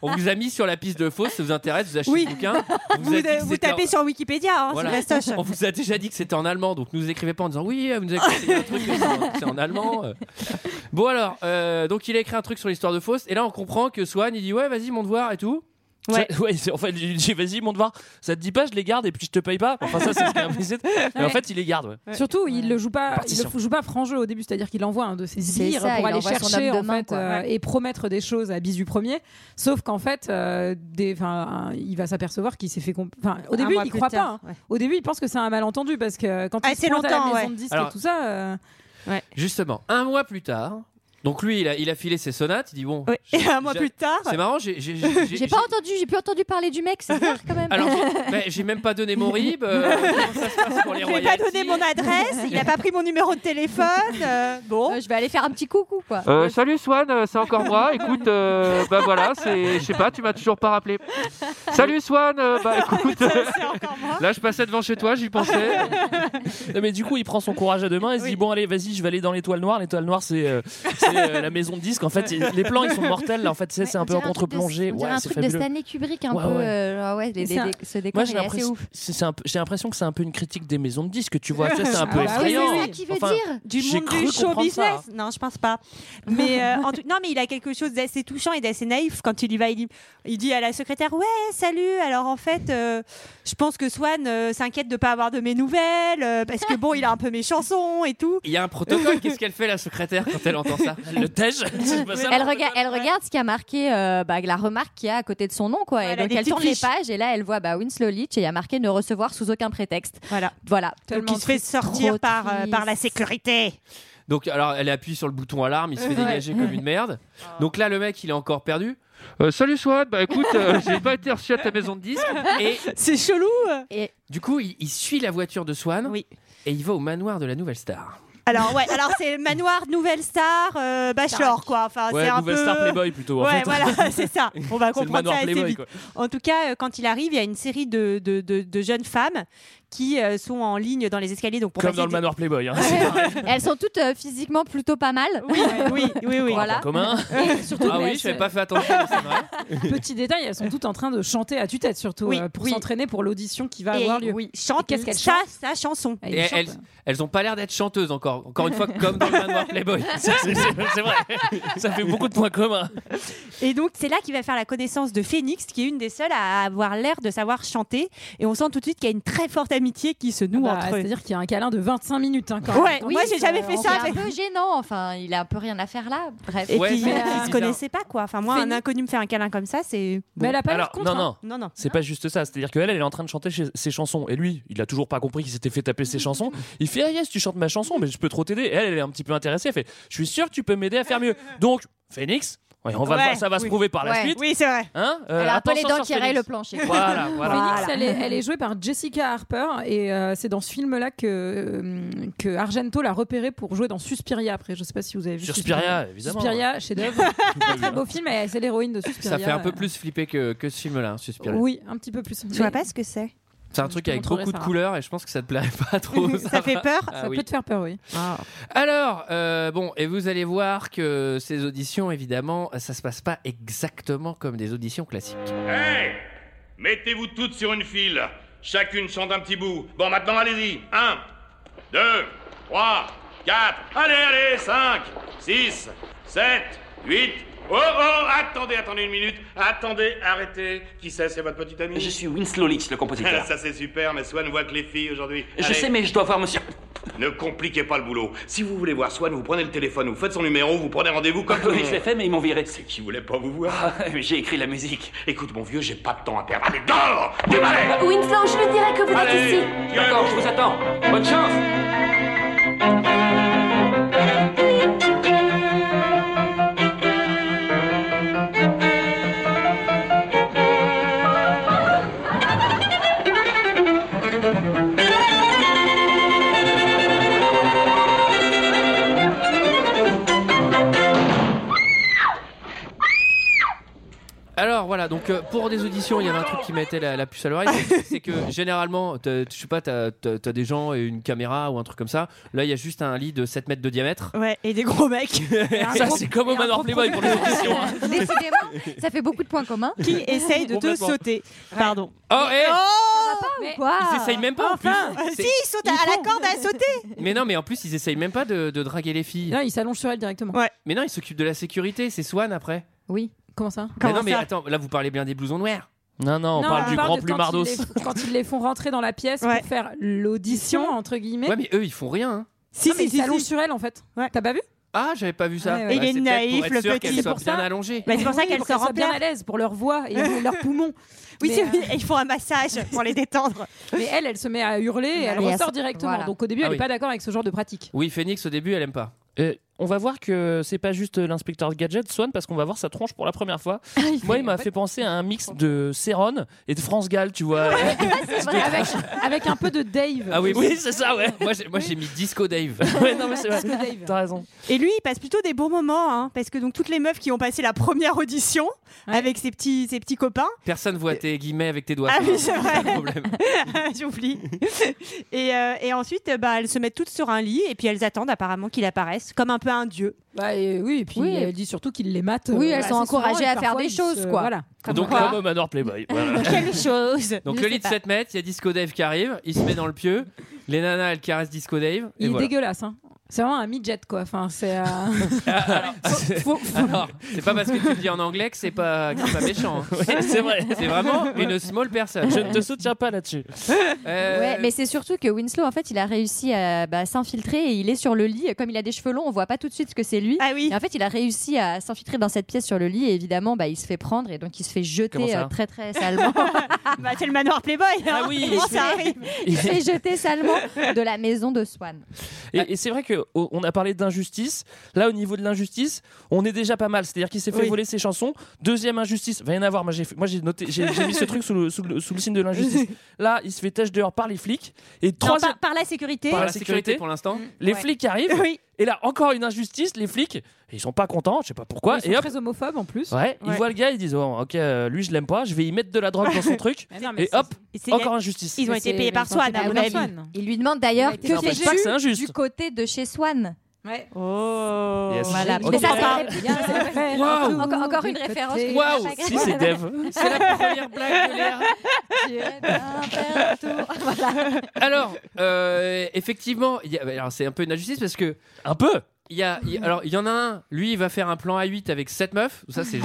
Speaker 1: On vous a mis sur la piste de fausse. Ça vous intéresse, vous achetez
Speaker 11: Oui.
Speaker 1: le bouquin. on
Speaker 11: Vous,
Speaker 1: a dit que
Speaker 11: vous
Speaker 1: c'était
Speaker 11: tapez
Speaker 1: en-
Speaker 11: sur Wikipédia, hein,
Speaker 1: Voilà.
Speaker 11: c'est fastoche.
Speaker 1: On vous a déjà dit que c'était en allemand, donc nous écrivez pas en disant oui, vous nous avez conseillé un truc, mais c'est en- c'est en allemand. euh. Bon alors, euh, donc il a écrit un truc sur l'histoire de Faust, et là on comprend que Swan il dit ouais vas-y mon devoir et tout.
Speaker 11: Ouais.
Speaker 8: Ça- ouais, c'est- en fait, j'ai dit, vas-y, monte voir. Ça te dit pas, je les garde et puis je te paye pas. Enfin, ça, c'est ce qui est implicite. Mais en fait, il les garde, ouais.
Speaker 10: Surtout, il le joue pas, il
Speaker 8: Partition.
Speaker 10: le joue pas franc jeu au début, c'est-à-dire qu'il envoie un de ses
Speaker 9: C'est
Speaker 10: sbires
Speaker 9: ça,
Speaker 10: pour
Speaker 9: il
Speaker 10: aller
Speaker 9: envoie son
Speaker 10: chercher
Speaker 9: homme de
Speaker 10: en
Speaker 9: main,
Speaker 10: fait,
Speaker 9: quoi.
Speaker 10: euh, et promettre des choses à Bisu Premier. Sauf qu'en fait, euh, des, 'fin, un- il va s'apercevoir qu'il s'est fait. comp- 'fin, au début, il y croit pas. hein. Au début, il pense que c'est un malentendu parce que quand
Speaker 11: Ah,
Speaker 10: il se
Speaker 11: c'est
Speaker 10: pointe à la
Speaker 11: longtemps,
Speaker 10: maison
Speaker 11: ouais.
Speaker 10: de disque
Speaker 1: Alors-
Speaker 10: et tout ça, euh,
Speaker 1: Justement, un mois plus tard, donc lui il a, il a filé ses sonates, il dit bon.
Speaker 11: Ouais.
Speaker 1: j'ai-
Speaker 11: Et un mois
Speaker 1: j'ai-
Speaker 11: plus tard,
Speaker 1: C'est marrant, j'ai j'ai- j'ai- j'ai-
Speaker 9: J'ai pas entendu, j'ai plus entendu parler du mec, c'est bizarre quand même.
Speaker 1: Alors j'ai- mais j'ai même pas donné mon rib. euh, comment ça se passe pour les
Speaker 11: je lui ai pas
Speaker 1: royalties
Speaker 11: donné mon adresse, il a pas pris mon numéro de téléphone. euh, bon,
Speaker 9: Euh, je vais aller faire un petit coucou, quoi.
Speaker 1: Euh, salut Swan, euh, c'est encore moi. Écoute, euh, bah voilà, c'est, je sais pas, tu m'as toujours pas rappelé. Salut Swan, euh, bah écoute,
Speaker 11: c'est encore moi.
Speaker 1: là je passais devant chez toi, j'y pensais.
Speaker 8: Non, mais du coup, il prend son courage à deux mains et se dit Bon, allez, vas-y, je vais aller dans l'étoile noire. L'étoile noire, c'est euh, c'est, euh, la maison de disque. En fait, il- les plans, ils sont mortels. Là, en fait, c'est c'est un peu en contre-plongée.
Speaker 9: On dirait
Speaker 8: Ouais,
Speaker 9: un
Speaker 8: c'est
Speaker 9: truc de
Speaker 8: fabuleux.
Speaker 9: Stanley Kubrick, un
Speaker 8: Ouais,
Speaker 9: peu.
Speaker 8: ouais.
Speaker 9: euh, genre, ouais, les-
Speaker 10: C'est
Speaker 9: les-
Speaker 10: un-
Speaker 9: ce décor
Speaker 8: Moi,
Speaker 9: il
Speaker 8: j'ai
Speaker 9: est assez
Speaker 8: l'impression
Speaker 9: ouf.
Speaker 8: c'est- c'est un peu- j'ai l'impression que c'est un peu une critique des maisons de disques, tu vois. Tu sais, c'est un peu
Speaker 10: Ah, bah oui,
Speaker 9: C'est
Speaker 10: c'est
Speaker 8: effrayant.
Speaker 9: ça
Speaker 10: ça
Speaker 9: qui veut
Speaker 8: veut Enfin,
Speaker 9: dire
Speaker 11: Du
Speaker 8: J'ai
Speaker 11: monde
Speaker 8: cru
Speaker 11: du show
Speaker 8: comprendre ça,
Speaker 11: business Non, je pense pas. Mais euh, en tout- non, mais il a quelque chose d'assez touchant et d'assez naïf quand il y va. Il dit, il dit à la secrétaire "Ouais, salut. Alors en fait, euh, je pense que Swan euh, s'inquiète de pas avoir de mes nouvelles euh, parce que bon, il a un peu mes chansons et tout."
Speaker 1: Il y a un protocole. Qu'est-ce qu'elle fait la secrétaire quand elle entend ça
Speaker 8: Le tège c'est
Speaker 11: Bah,
Speaker 8: pas ça
Speaker 9: elle, regarde, elle regarde ce qui a marqué euh, bah, la remarque qu'il y a à côté de son nom. Quoi.
Speaker 11: Ouais,
Speaker 9: et
Speaker 11: elle a
Speaker 9: donc
Speaker 11: des
Speaker 9: elle
Speaker 11: petites
Speaker 9: tourne les
Speaker 11: fiches.
Speaker 9: pages et là elle voit bah, Winslow Leach et il y a marqué ne recevoir sous aucun prétexte.
Speaker 11: Voilà.
Speaker 9: Voilà.
Speaker 11: Donc il se fait sortir
Speaker 9: Trop
Speaker 11: par, euh, par la
Speaker 9: triste.
Speaker 11: sécurité.
Speaker 1: Donc alors elle appuie sur le bouton alarme, il se fait dégager comme une merde.
Speaker 11: Ah.
Speaker 1: Donc là le mec il est encore perdu. Euh, salut Swan, bah écoute, euh, j'ai pas été reçu à ta maison de disque. Et
Speaker 11: C'est chelou. euh.
Speaker 1: du coup il, il suit la voiture de Swan
Speaker 11: Oui. Ah,
Speaker 1: et il va au manoir de la nouvelle star.
Speaker 11: Alors ouais, alors c'est le manoir Nouvelle Star euh, Bachelor quoi. Enfin,
Speaker 8: Ouais,
Speaker 11: c'est un
Speaker 8: nouvelle
Speaker 11: peu
Speaker 8: star Playboy plutôt. en
Speaker 11: Ouais,
Speaker 8: fait.
Speaker 11: voilà, c'est ça. On va
Speaker 8: C'est le
Speaker 11: comprendre
Speaker 8: manoir
Speaker 11: ça assez
Speaker 8: Playboy,
Speaker 11: vite.
Speaker 8: quoi.
Speaker 11: En tout cas, euh, quand il arrive, il y a une série de, de, de- de jeunes femmes qui euh, sont en ligne dans les escaliers. Donc pour
Speaker 8: Comme
Speaker 11: passer
Speaker 8: dans le
Speaker 11: des-
Speaker 8: manoir Playboy. Hein.
Speaker 11: Ah
Speaker 9: Elles sont toutes euh, physiquement plutôt pas mal.
Speaker 11: Oui, oui, oui. oui.
Speaker 9: Voilà.
Speaker 8: En commun.
Speaker 9: Et surtout,
Speaker 1: Ah
Speaker 9: mais
Speaker 1: oui,
Speaker 9: elles
Speaker 1: j'avais
Speaker 9: se-
Speaker 1: pas fait attention, mais c'est vrai.
Speaker 10: petit détail, elles sont toutes en train de chanter à tue-tête, surtout
Speaker 11: Oui,
Speaker 10: euh, pour
Speaker 11: oui.
Speaker 10: s'entraîner pour l'audition qui va
Speaker 11: Et
Speaker 10: avoir lieu.
Speaker 11: oui, chante
Speaker 10: Et qu'est-ce qu'elle
Speaker 11: sa, sa chanson.
Speaker 10: Ah, il
Speaker 1: Et
Speaker 10: chante.
Speaker 1: elles, elles ont pas l'air d'être chanteuses encore. Encore une fois, comme dans le manoir Playboy.
Speaker 8: C'est c'est- c'est vrai. Ça fait beaucoup de points communs.
Speaker 11: Et donc c'est là qu'il va faire la connaissance de Phoenix, qui est une des seules à avoir l'air de savoir chanter. Et on sent tout de suite qu'il y a une très forte amitiés qui se nouent
Speaker 10: Ah bah,
Speaker 11: entre eux.
Speaker 10: c'est-à-dire qu'il y a un câlin de 25 minutes. hein, quand même.
Speaker 11: Ouais,
Speaker 10: Quand
Speaker 11: moi
Speaker 10: même,
Speaker 11: j'ai jamais
Speaker 10: euh,
Speaker 11: fait
Speaker 10: on
Speaker 11: ça.
Speaker 10: fait
Speaker 11: avec-
Speaker 9: un peu gênant, enfin, il a un peu rien à faire là. Bref.
Speaker 11: Et
Speaker 8: Ouais,
Speaker 11: qui
Speaker 8: c'est- c'est
Speaker 11: se
Speaker 8: bizarre.
Speaker 11: connaissait pas quoi. Enfin moi un
Speaker 10: Fais-nous-
Speaker 11: inconnu me fait un câlin comme ça c'est.
Speaker 10: Mais elle a pas
Speaker 8: Alors,
Speaker 10: l'air contre. hein.
Speaker 8: non, non.
Speaker 11: Non non.
Speaker 8: C'est pas juste ça, c'est-à-dire qu'elle, elle est en train de chanter chez- ses chansons. Et lui, il a toujours pas compris qu'il s'était fait taper ses chansons. Il fait Ah yes, tu chantes ma chanson, mais je peux trop t'aider. Et Elle, elle est un petit peu intéressée. Elle fait Je suis sûr que tu peux m'aider à faire mieux. Donc, Phoenix, ouais, on va le
Speaker 11: Ouais,
Speaker 8: voir, ça va se
Speaker 11: oui.
Speaker 8: prouver par la
Speaker 9: Ouais.
Speaker 8: suite.
Speaker 11: Oui c'est vrai.
Speaker 8: Hein Euh,
Speaker 9: Elle a un peu les
Speaker 8: attention
Speaker 9: dents
Speaker 8: sur
Speaker 9: qui rayent
Speaker 8: Phoenix.
Speaker 9: le plancher.
Speaker 8: Voilà, voilà.
Speaker 10: Phoenix,
Speaker 11: Voilà.
Speaker 10: elle, est, elle est jouée par Jessica Harper et euh, c'est dans ce film-là que, euh, que Argento l'a repérée pour jouer dans Suspiria. Après, je sais pas si vous avez vu.
Speaker 8: Sur Spiria, évidemment.
Speaker 10: Suspiria, chef-d'œuvre. Très beau film, et c'est l'héroïne de
Speaker 1: Ça
Speaker 10: Suspiria.
Speaker 1: fait un peu plus flipper que, que ce film-là, hein, Suspiria.
Speaker 10: Oui, un petit peu plus.
Speaker 11: Tu vois pas ce que c'est.
Speaker 1: C'est un truc
Speaker 10: Je te
Speaker 1: avec trop
Speaker 10: montrerai,
Speaker 1: beaucoup de
Speaker 10: Sarah.
Speaker 1: couleurs et je pense que ça te plairait pas trop.
Speaker 11: Ça fait peur.
Speaker 1: Ah
Speaker 10: Ça
Speaker 1: oui.
Speaker 10: peut te faire peur, oui.
Speaker 1: Alors, euh, bon, et vous allez voir que ces auditions, évidemment, ça se passe pas exactement comme des auditions classiques.
Speaker 12: Hey Mettez-vous toutes sur une file. Chacune chante un petit bout. Bon, maintenant, allez-y. Un, deux, trois, quatre. Allez, allez, cinq, six, sept, huit. Oh, oh, attendez, attendez une minute. Attendez, arrêtez. Qui c'est, c'est votre petite amie
Speaker 4: Je suis Winslow Leach, le compositeur.
Speaker 12: Ça, c'est super, mais Swan voit que les filles aujourd'hui.
Speaker 4: Je
Speaker 12: Allez.
Speaker 4: sais, mais je dois voir monsieur.
Speaker 12: Ne compliquez pas le boulot. Si vous voulez voir Swan, vous prenez le téléphone, vous faites son numéro, vous prenez rendez-vous comme tout le
Speaker 4: Oui, je l'ai
Speaker 12: monde.
Speaker 4: fait, mais ils m'ont viré.
Speaker 12: C'est qui voulait pas vous voir
Speaker 4: Ah, mais J'ai écrit la musique.
Speaker 12: Écoute, mon wieux, j'ai pas de temps à perdre. Allez, dehors Démarrez
Speaker 13: Winslow, je lui dirais que vous
Speaker 12: Allez,
Speaker 13: êtes ici.
Speaker 4: D'accord, je vous attends. Bonne chance.
Speaker 1: Alors voilà, donc euh, pour des auditions, il y avait un truc qui mettait la, la puce à l'oreille, c'est- c'est que généralement, t'as- je sais pas, t'as t'as- t'as des gens et une caméra ou un truc comme ça. Là, il y a juste un lit de 7 mètres de diamètre.
Speaker 11: Ouais et des gros mecs
Speaker 1: Ça, c'est comme au manoir Playboy pour les auditions. hein.
Speaker 9: Décidément, ça fait beaucoup de points communs.
Speaker 11: qui essayent de te
Speaker 1: Complètement.
Speaker 11: sauter. Pardon.
Speaker 1: Oh, hé
Speaker 9: Ou quoi
Speaker 1: Ils essayent même pas en plus.
Speaker 11: Ah, Si
Speaker 1: C'est-
Speaker 11: ils sautent à, à la corde à sauter.
Speaker 1: Mais non, mais en plus, ils essayent même pas de, de draguer les filles.
Speaker 10: Non, il s'allonge sur elle directement.
Speaker 11: Ouais.
Speaker 1: Mais non, ils s'occupent de la sécurité, c'est Swan après.
Speaker 9: Oui.
Speaker 10: Comment
Speaker 1: Mais
Speaker 10: ça
Speaker 11: Comment
Speaker 1: non, mais
Speaker 11: ça
Speaker 1: attends, là, vous parlez bien des blousons noirs.
Speaker 8: Non, non, on
Speaker 10: Non,
Speaker 8: parle du grand
Speaker 10: de quand
Speaker 8: plumardos.
Speaker 10: ils les- Quand ils les font rentrer dans la pièce
Speaker 11: Ouais.
Speaker 10: pour faire l'audition, entre guillemets.
Speaker 1: Ouais, mais eux, ils font rien. hein.
Speaker 11: Si
Speaker 10: Non, mais
Speaker 11: si
Speaker 10: il
Speaker 11: si.
Speaker 10: s'allonge
Speaker 11: si.
Speaker 10: sur elle en fait.
Speaker 11: Ouais.
Speaker 10: T'as pas vu
Speaker 1: Ah, j'avais pas vu ça.
Speaker 10: Ouais, ouais.
Speaker 1: Bah,
Speaker 11: Il est
Speaker 1: c'est peut-être
Speaker 11: naïf,
Speaker 1: pour être
Speaker 11: le
Speaker 1: sûr
Speaker 11: petit.
Speaker 1: qu'elle
Speaker 10: C'est
Speaker 1: soit
Speaker 10: pour
Speaker 1: bien
Speaker 10: ça.
Speaker 1: allongée.
Speaker 11: Bah, c'est pour ça
Speaker 10: Oui,
Speaker 11: qu'elle
Speaker 10: qu'elles
Speaker 11: sort en
Speaker 10: soient bien à
Speaker 11: plein.
Speaker 10: l'aise pour leur voix et leurs poumons.
Speaker 11: Oui,
Speaker 10: Mais,
Speaker 11: c'est
Speaker 10: euh,
Speaker 11: vrai, ils font un massage pour les détendre.
Speaker 10: Mais elle, elle se met à hurler et elle
Speaker 9: Allez,
Speaker 10: ressort
Speaker 9: elle-
Speaker 10: directement.
Speaker 9: voilà.
Speaker 10: Donc au début,
Speaker 1: Ah
Speaker 10: elle
Speaker 1: oui.
Speaker 10: est pas d'accord avec ce genre de pratique.
Speaker 1: Oui, Phoenix, au début, elle aime pas.
Speaker 8: Euh, on va voir que c'est pas juste l'inspecteur Gadget, Swan, parce qu'on va voir sa tronche pour la première fois.
Speaker 9: Ah
Speaker 8: Moi, il m'a fait penser à un mix de Céron et de France Gall, tu vois.
Speaker 10: Avec, avec un peu de Dave.
Speaker 8: ah oui, oui, c'est ça, ouais.
Speaker 1: Moi, j'ai moi, j'ai mis Disco Dave.
Speaker 8: Ouais, non, mais c'est vrai.
Speaker 10: Parce que Dave.
Speaker 8: T'as raison.
Speaker 11: Et lui, il passe plutôt des bons moments, hein, parce que donc toutes les meufs qui ont passé la première audition
Speaker 10: Ouais.
Speaker 11: avec ses petits, ses petits copains,
Speaker 1: Personne voit tes guillemets avec tes doigts.
Speaker 11: Ah oui, c'est vrai.
Speaker 1: le problème.
Speaker 11: j'oublie. et, euh, et ensuite, euh, bah, elles se mettent toutes sur un lit et puis elles attendent apparemment qu'il apparaisse, comme un peu un dieu.
Speaker 10: Bah, et oui, et puis
Speaker 9: Oui.
Speaker 10: elle dit surtout qu'il les mate.
Speaker 9: Oui,
Speaker 10: euh,
Speaker 9: elles sont
Speaker 10: assez souvent,
Speaker 9: encouragées
Speaker 10: et
Speaker 9: à faire
Speaker 10: parfois,
Speaker 9: des
Speaker 10: ils
Speaker 9: choses, quoi.
Speaker 10: Voilà.
Speaker 9: Comme
Speaker 8: Donc,
Speaker 9: quoi.
Speaker 8: comme au manoir Playboy. Voilà.
Speaker 11: Quelle chose
Speaker 1: euh, Donc,
Speaker 9: Je
Speaker 1: le
Speaker 9: sais
Speaker 1: lit de
Speaker 9: pas.
Speaker 1: 7 mètres, il y a Disco Dave qui arrive, il se met dans le pieu. Les nanas, elles caressent Disco Dave. Et
Speaker 10: Il est
Speaker 1: voilà.
Speaker 10: dégueulasse. hein. C'est vraiment un midget, quoi. Enfin, c'est. euh,
Speaker 1: Alors, c'est pas parce que tu le dis en anglais que c'est pas, que c'est pas méchant. hein.
Speaker 8: Ouais, c'est vrai.
Speaker 1: C'est vraiment une small personne.
Speaker 8: Je ne te soutiens pas là-dessus.
Speaker 1: Euh,
Speaker 9: Ouais, mais c'est surtout que Winslow, en fait, il a réussi à bah, s'infiltrer et il est sur le lit. Comme il a des cheveux longs, on voit pas tout de suite que c'est lui.
Speaker 11: Ah oui.
Speaker 9: Et en fait, il a réussi à s'infiltrer dans cette pièce sur le lit et évidemment, bah, il se fait prendre et donc il se fait
Speaker 8: Comment
Speaker 9: jeter
Speaker 8: ça
Speaker 9: euh, très très salement.
Speaker 11: Bah, c'est le manoir Playboy. hein.
Speaker 8: Ah oui,
Speaker 11: Comment
Speaker 8: c'est-
Speaker 11: ça arrive.
Speaker 9: il se fait jeter salement de la maison de Swan.
Speaker 8: Et, et c'est vrai que oh, on a parlé d'injustice. Là, au niveau de l'injustice, on est déjà pas mal. C'est-à-dire qu'il s'est fait
Speaker 11: Oui.
Speaker 8: voler ses chansons. Deuxième injustice, va y en avoir. Moi, j'ai fait- moi, j'ai noté, j'ai j'ai mis ce truc sous le, sous le- sous le signe de l'injustice. Là, il se fait tâche dehors par les flics. Et
Speaker 11: Non,
Speaker 8: troisième,
Speaker 11: par, par la sécurité.
Speaker 1: par la
Speaker 8: Par la
Speaker 1: sécurité
Speaker 8: sécurité.
Speaker 1: pour l'instant.
Speaker 8: les
Speaker 9: Ouais.
Speaker 8: flics arrivent.
Speaker 11: Oui.
Speaker 8: Et là, encore une injustice. Les flics, ils sont pas contents. Je sais pas pourquoi.
Speaker 10: ils sont
Speaker 8: Et hop,
Speaker 10: très homophobes en plus.
Speaker 8: ouais, ils
Speaker 11: Ouais.
Speaker 8: voient le gars, ils disent oh, ok, euh, lui, je l'aime pas. Je vais y mettre de la drogue dans son truc.
Speaker 10: Mais non, mais
Speaker 8: Et
Speaker 10: c'est-
Speaker 8: hop,
Speaker 11: Et c'est-
Speaker 8: encore injustice.
Speaker 11: Ils ont
Speaker 10: Mais
Speaker 11: été
Speaker 10: c'est-
Speaker 11: payés
Speaker 10: mais
Speaker 11: par
Speaker 10: ils ont été
Speaker 11: Swan, à
Speaker 10: payés
Speaker 11: mon
Speaker 10: par
Speaker 11: avis.
Speaker 10: Swan.
Speaker 9: Il lui demande
Speaker 10: Il a
Speaker 9: d'ailleurs
Speaker 10: été
Speaker 9: que
Speaker 10: sympa.
Speaker 8: Je sais pas que c'est
Speaker 9: fais-tu
Speaker 8: injuste.
Speaker 9: du côté de chez Swan.
Speaker 10: Ouais.
Speaker 11: Oh.
Speaker 8: Yes.
Speaker 9: Voilà.
Speaker 8: Ok.
Speaker 9: Mais ça,
Speaker 11: On
Speaker 9: c'est
Speaker 11: parle.
Speaker 9: très bien.
Speaker 10: Waouh
Speaker 1: Waouh
Speaker 9: Encore, encore une référence. que
Speaker 1: Waouh,
Speaker 9: chacun-
Speaker 8: Si c'est Dev.
Speaker 1: C'est la première blague de l'air.
Speaker 9: Tu es un pertour. Voilà.
Speaker 1: Alors, euh, effectivement, il y a- alors, c'est un peu une injustice parce que
Speaker 8: Un peu.
Speaker 1: Il y a, il- alors, il y en a un, lui, il va faire un plan à 8 avec 7 meufs. Ça, c'est.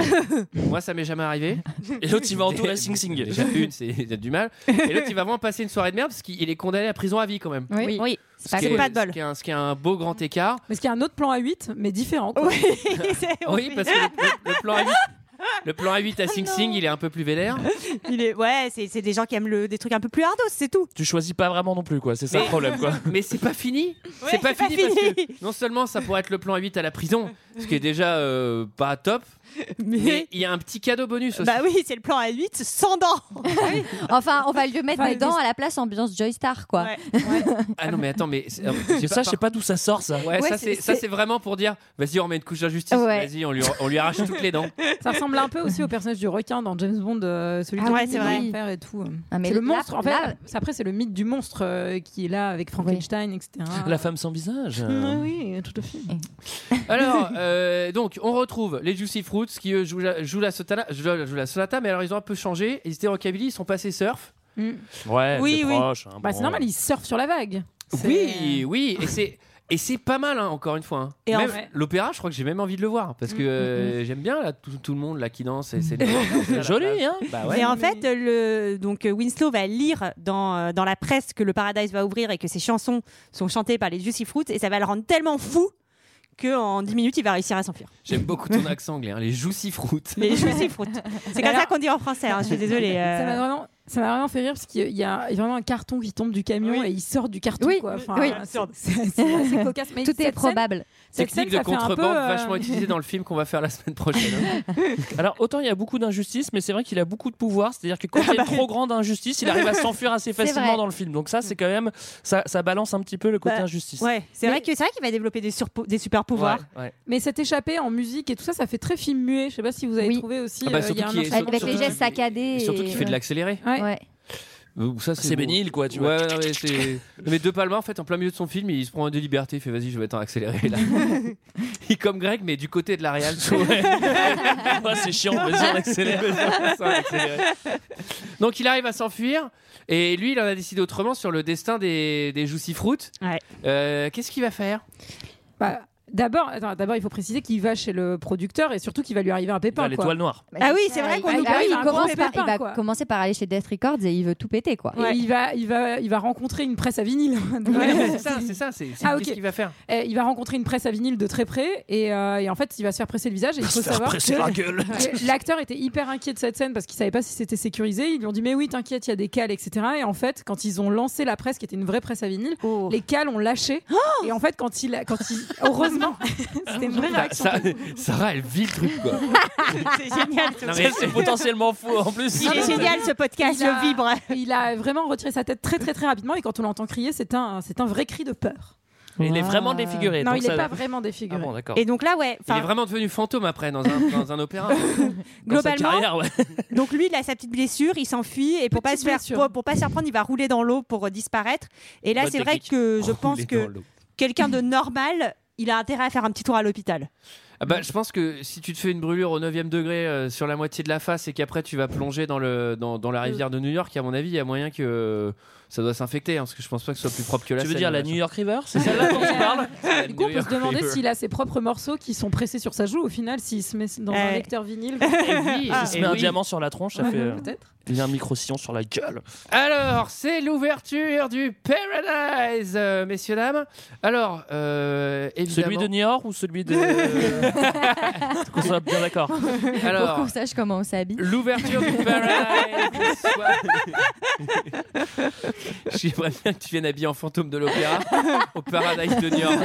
Speaker 1: Moi, ça m'est jamais arrivé. Et l'autre, il va entourer Sing Sing. Déjà une, c'est il y a du mal. Et l'autre, il va vraiment passer une soirée de merde parce qu'il est condamné à prison à vie quand même.
Speaker 10: Oui. Oui.
Speaker 1: Ce
Speaker 9: Bah,
Speaker 10: C'est
Speaker 1: qui
Speaker 10: pas
Speaker 1: est-
Speaker 10: cool. Pas de bol.
Speaker 1: Ce qui est un- ce qui est un beau grand écart.
Speaker 10: Parce qu'il y a un autre plan à 8, mais différent. Quoi. Oui,
Speaker 1: Oui, parce que le, le- le plan à 8. Le plan à 8 à Sing Sing, il est un peu plus vénère.
Speaker 11: Il est, ouais, c'est c'est des gens qui aiment le, des trucs un peu plus hardos, c'est tout.
Speaker 8: Tu choisis pas vraiment non plus, quoi. C'est ça le
Speaker 1: Mais-
Speaker 8: problème, quoi.
Speaker 1: Mais c'est pas fini. c'est pas, fini, parce que non seulement ça pourrait être le plan à 8 à la prison, ce qui est déjà euh, pas top, mais il y a un petit cadeau bonus aussi.
Speaker 11: Bah oui, c'est le plan à 8 sans dents.
Speaker 9: Enfin, on va lui mettre
Speaker 11: Enfin,
Speaker 9: des dents à la place ambiance Joystar, quoi.
Speaker 1: Ah non, mais attends, mais c'est-
Speaker 8: Ça, je sais pas d'où ça sort, ça.
Speaker 1: Ouais,
Speaker 9: Ouais,
Speaker 1: ça
Speaker 9: c'est-
Speaker 1: c'est ça
Speaker 9: c'est-
Speaker 1: c'est vraiment pour dire vas-y on met une couche d'injustice
Speaker 10: Ouais.
Speaker 1: vas-y on lui on lui arrache toutes les dents
Speaker 10: Ça ressemble un peu aussi au personnage du requin dans James Bond, euh, celui
Speaker 9: Ah
Speaker 10: qui
Speaker 9: ouais,
Speaker 10: vit
Speaker 9: c'est
Speaker 10: dans
Speaker 9: vrai.
Speaker 10: l'enfer et tout.
Speaker 9: Ah, mais
Speaker 10: c'est le
Speaker 9: là-
Speaker 10: monstre. en fait,
Speaker 9: là-
Speaker 10: c'est- après, c'est le mythe du monstre euh, qui est là avec Frankenstein, etc.
Speaker 8: La femme sans visage.
Speaker 10: Ouais, oui, tout à fait.
Speaker 1: alors euh, donc on retrouve les Juicy Fruits qui eux, jouent la, jouent la sotana- jouent- jouent la sonata mais alors ils ont un peu changé ils étaient rockabilly ils sont passés surf
Speaker 8: Ouais,
Speaker 10: Oui,
Speaker 8: c'est
Speaker 10: oui.
Speaker 8: proche. hein,
Speaker 10: Bah, c'est
Speaker 8: bon.
Speaker 10: normal, il surfe sur la vague.
Speaker 1: Oh. Oui, oui, et c'est et c'est pas mal hein, encore une fois. hein.
Speaker 10: Et en
Speaker 1: Même
Speaker 10: vrai- Mm,
Speaker 1: l'opéra, je crois que j'ai même envie de le voir parce que euh, j'aime bien là tout, tout le monde là qui danse et c'est
Speaker 8: C'est joli, hein.
Speaker 1: Bah ouais.
Speaker 11: et en fait, le, donc euh, Winslow va lire dans, euh, dans la presse que le Paradise va ouvrir et que ses chansons sont chantées par les Juicy Fruits et ça va le rendre tellement fou qu'en 10 minutes, il va réussir à s'enfuir.
Speaker 1: J'aime beaucoup ton accent anglais, hein, les Juicy Fruits.
Speaker 11: Les Juicy Fruits. C'est comme
Speaker 10: Alors-
Speaker 11: ça qu'on dit en français, hein, je suis désolée. euh.
Speaker 10: Ça m'a vraiment, ça m'a vraiment fait rire parce qu'il y a il y a vraiment un carton qui tombe du camion et il sort du carton.
Speaker 9: Oui.
Speaker 10: quoi. Enfin,
Speaker 9: Oui.
Speaker 10: c'est- c'est c'est assez cocasse. Mais
Speaker 9: Tout est
Speaker 10: cette scène-
Speaker 9: probable.
Speaker 10: cette
Speaker 1: Technique de
Speaker 10: scène, ça fait un peu,
Speaker 1: contrebande
Speaker 10: euh,
Speaker 1: vachement utilisée dans le film qu'on va faire la semaine prochaine. hein.
Speaker 8: Alors, autant il y a beaucoup d'injustice, mais c'est vrai qu'il a beaucoup de pouvoir. C'est-à-dire que quand il
Speaker 10: Ah
Speaker 8: y a
Speaker 10: bah
Speaker 8: une trop grande injustice, il arrive à s'enfuir assez
Speaker 9: C'est
Speaker 8: facilement
Speaker 9: vrai.
Speaker 8: dans le film. Donc, ça, c'est quand même. Ça, ça balance un petit peu le côté
Speaker 11: Bah,
Speaker 8: injustice.
Speaker 11: Ouais, c'est vrai que c'est vrai qu'il va développer des, surpo- des super pouvoirs.
Speaker 8: Ouais, ouais.
Speaker 10: Mais cette échappée en musique et tout ça, ça fait très film muet. Je sais pas si vous avez trouvé aussi.
Speaker 1: Ah bah,
Speaker 10: euh, il
Speaker 1: surtout
Speaker 10: y a un
Speaker 1: qu'il est-
Speaker 10: enchaînement
Speaker 9: Avec
Speaker 10: de-
Speaker 9: les
Speaker 1: Surtout
Speaker 9: gestes
Speaker 1: qu'il-
Speaker 9: saccadés. euh,
Speaker 1: Et surtout qu'il
Speaker 10: euh,
Speaker 1: fait de l'accéléré.
Speaker 10: Ouais.
Speaker 9: Ouais.
Speaker 1: Ouh, Euh, Ça
Speaker 8: C'est
Speaker 1: beau.
Speaker 8: bénil, quoi, tu
Speaker 1: Ouais,
Speaker 8: vois.
Speaker 1: ouais, ouais, c'est. Non, Mais De Palma, en fait, en plein milieu de son film, il se prend un de liberté, il fait vas-y, je vais mettre en accéléré là. il comme Greg, mais du côté de la Real.
Speaker 8: Ouais, c'est chiant, vas-y, on accélère.
Speaker 1: Donc il arrive à s'enfuir et lui il en a décidé autrement sur le destin des, des Joussifroutes.
Speaker 11: Ouais.
Speaker 1: Euh, Qu'est-ce qu'il va faire
Speaker 10: Bah, D'abord, attends, d'abord, il faut préciser qu'il va chez le producteur et surtout qu'il va lui arriver un
Speaker 8: Dans
Speaker 10: pépin. quoi.
Speaker 8: l'étoile noire.
Speaker 11: Ah oui, c'est vrai qu'on
Speaker 9: Ah
Speaker 11: nous
Speaker 9: oui,
Speaker 10: parle
Speaker 9: il
Speaker 10: d'un
Speaker 9: commence
Speaker 10: gros
Speaker 9: par,
Speaker 10: pépin,
Speaker 9: il va
Speaker 10: quoi.
Speaker 9: commencer par aller chez Death Records et il veut tout péter, quoi.
Speaker 10: Et
Speaker 11: Ouais.
Speaker 10: il va, il va, il va rencontrer une presse à vinyle. Donc,
Speaker 1: C'est ça, c'est ça, c'est c'est
Speaker 10: Ah,
Speaker 1: qu'est-ce
Speaker 10: ok.
Speaker 1: qu'il va faire
Speaker 10: euh, il va rencontrer une presse à vinyle de très près et, euh, et en fait, il va se faire presser le visage. Et
Speaker 8: Ah,
Speaker 10: il faut savoir que
Speaker 8: gueule.
Speaker 10: que l'acteur était hyper inquiet de cette scène parce qu'il savait pas si c'était sécurisé. Ils lui ont dit mais oui, t'inquiète, il y a des cales, etc. Et en fait, quand ils ont lancé la presse, qui était une vraie presse à vinyle,
Speaker 11: Oh.
Speaker 10: les cales ont lâché. et en fait, quand il, quand il, heureusement, c'était une vraie
Speaker 1: Bah,
Speaker 10: réaction.
Speaker 1: ça, Sarah, elle vit le truc quoi.
Speaker 11: C'est génial. ce-
Speaker 1: Non, mais
Speaker 8: C'est c'est potentiellement faux en plus.
Speaker 11: Il est génial ce podcast,
Speaker 10: Il a-
Speaker 11: je vibre.
Speaker 10: Il a vraiment retiré sa tête très très très rapidement et quand on l'entend crier, c'est un, c'est un vrai cri de peur.
Speaker 8: Il est vraiment défiguré.
Speaker 10: non,
Speaker 8: donc
Speaker 10: il
Speaker 8: ça-
Speaker 10: n'est pas vraiment
Speaker 8: Ah
Speaker 10: défiguré.
Speaker 8: bon, d'accord.
Speaker 11: Et donc là, ouais,
Speaker 1: Il est
Speaker 11: enfin,
Speaker 1: vraiment devenu fantôme après dans un, dans un opéra.
Speaker 8: Dans sa
Speaker 11: globalement,
Speaker 8: carrière, ouais.
Speaker 11: donc lui, il a sa petite blessure, il s'enfuit et pour pas,
Speaker 10: Petite
Speaker 11: se faire,
Speaker 10: blessure.
Speaker 11: pour, pour pas se faire prendre, il va rouler dans l'eau pour euh, disparaître. Et là,
Speaker 8: Bonne
Speaker 11: c'est vrai
Speaker 8: technique.
Speaker 11: que je pense que quelqu'un de normal, il a intérêt à faire un petit tour à l'hôpital.
Speaker 1: Ah bah, je pense que si tu te fais une brûlure au 9 degré euh, sur la moitié de la face et qu'après tu vas plonger dans, le, dans, dans la
Speaker 10: Euh.
Speaker 1: rivière de New York, à mon avis, il y a moyen que euh, ça doit s'infecter hein, parce que je pense pas que ce soit plus propre que la euh,
Speaker 8: Tu veux
Speaker 1: Seine,
Speaker 8: dire la
Speaker 1: machin.
Speaker 8: New York River C'est celle-là dont je parle
Speaker 10: Du coup, on peut se demander s'il a ses propres morceaux qui sont pressés sur sa joue au final, s'il se met dans un
Speaker 11: Eh.
Speaker 10: lecteur vinyle.
Speaker 1: Et oui,
Speaker 8: Il se
Speaker 1: et
Speaker 8: met un
Speaker 1: oui.
Speaker 8: diamant sur la tronche, ça fait. euh,
Speaker 10: ah, bah, Peut-être.
Speaker 8: Il y a un micro-sillon sur la gueule.
Speaker 1: Alors, c'est l'ouverture du Paradise, euh, messieurs, dames. Alors, euh, évidemment. euh,
Speaker 8: Celui de New York ou celui de. Qu'on soit bien d'accord.
Speaker 9: Pour
Speaker 1: Alors,
Speaker 9: qu'on sache comment on s'habille.
Speaker 1: l'ouverture du Paradise. ce soir. J'aimerais bien que tu viennes habillé en fantôme de l'opéra au Paradise de New York.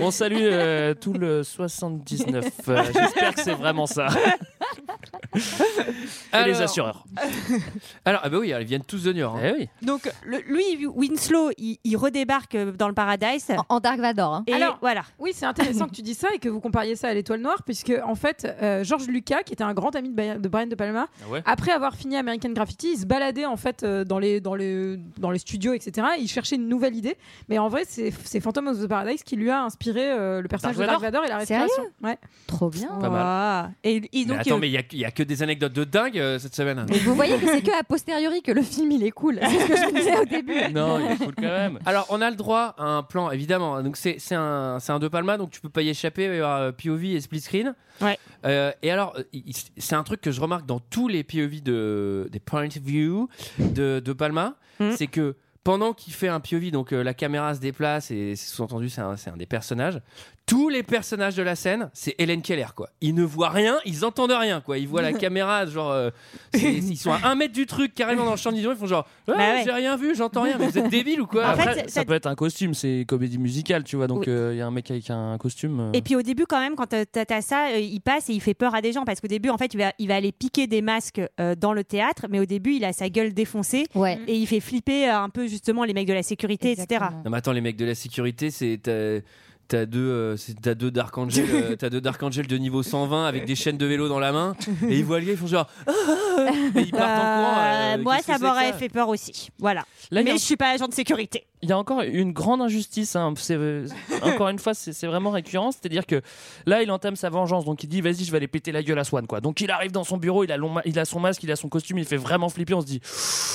Speaker 8: On salue euh, tout le 79. Euh, J'espère que c'est vraiment ça. Et les
Speaker 1: Alors-
Speaker 8: assureurs.
Speaker 1: Alors, ah bah oui, ils viennent tous de New York. hein.
Speaker 8: Eh oui.
Speaker 11: Donc le- lui, Winslow, il, il redébarque euh, dans le Paradise.
Speaker 9: En, en Dark Vador. hein.
Speaker 11: Et
Speaker 10: Alors-
Speaker 11: voilà.
Speaker 10: Oui, c'est intéressant que tu dis ça et que vous compariez ça à l'étoile noire, puisque en fait, euh, George Lucas, qui était un grand ami de, Ba- de Brian De Palma,
Speaker 8: Ah ouais
Speaker 10: après avoir fini American Graffiti, il se baladait en fait euh, dans, les, dans, les, dans les studios, etc. Et il cherchait une nouvelle idée. Mais en vrai, c'est c'est Phantom of the Paradise qui lui a inspiré euh, le personnage
Speaker 8: Dark
Speaker 10: de Dark Vador et la
Speaker 9: Sérieux
Speaker 10: respiration. Ouais.
Speaker 9: Trop bien.
Speaker 8: Pas mal.
Speaker 11: Ouah. Et, et
Speaker 1: Mais
Speaker 11: donc,
Speaker 1: attends,
Speaker 11: euh,
Speaker 1: mais il y a, il y a que des anecdotes de dingue euh, cette semaine.
Speaker 9: Mais vous voyez que c'est que a posteriori que le film il est cool. C'est ce que je disais au début.
Speaker 1: Non, il est cool quand même. Alors, on a le droit à un plan, évidemment. Donc, c'est c'est un, c'est un De Palma, donc tu peux pas y échapper. Il va y avoir euh, POV et split screen.
Speaker 11: Ouais.
Speaker 1: Euh, et alors, euh, il- c'est un truc que je remarque dans tous les POV de, des Point of View de, de Palma,
Speaker 11: Hmm.
Speaker 1: c'est que pendant qu'il fait un POV, donc euh, la caméra se déplace et c'est sous-entendu, c'est un, c'est un des personnages. Tous les personnages de la scène, c'est Hélène Keller, quoi. Ils ne voient rien, ils entendent rien, quoi. Ils voient la caméra, genre, euh, c'est- ils sont à un mètre du truc, carrément dans le champ de vision, ils font genre, Ouais,
Speaker 8: Bah ouais.
Speaker 1: j'ai rien vu, j'entends rien, mais vous êtes débile ou quoi
Speaker 8: Après, ça, peut être un costume, c'est comédie musicale, tu vois. Donc, euh,
Speaker 11: Oui.
Speaker 8: il y a un mec avec un costume. euh.
Speaker 11: Et puis au début, quand même, quand t'as- t'as t'as ça, euh, il passe et il fait peur à des gens parce qu'au début, en fait, il va, il va aller piquer des masques euh, dans le théâtre, mais au début, il a sa gueule défoncée
Speaker 9: Mm.
Speaker 11: et il fait flipper euh, un peu justement les mecs de la sécurité, etc.
Speaker 1: Non mais attends les mecs de la sécurité c'est t'as- t'as deux euh, c'est- t'as deux Dark Angel euh, t'as deux Dark Angel de niveau 120 avec des chaînes de vélo dans la main et ils voient le gars ils font genre Ah, ah, ah. Et ils partent en courant euh,
Speaker 11: Euh, moi,
Speaker 1: qu'est-ce que
Speaker 11: ça
Speaker 1: c'est que
Speaker 11: m'aurait fait peur aussi. Voilà.
Speaker 8: Là, il y
Speaker 11: mais
Speaker 8: a un-
Speaker 11: je suis pas agent de sécurité.
Speaker 8: Il y a encore une grande injustice. hein. C'est- euh, encore une fois, c'est c'est vraiment récurrent. C'est-à-dire que là, il entame sa vengeance. Donc, il dit Vas-y, je vais aller péter la gueule à Swan. Quoi. Donc, il arrive dans son bureau. Il a, long ma- il a son masque, il a son costume. Il fait vraiment flipper. On se dit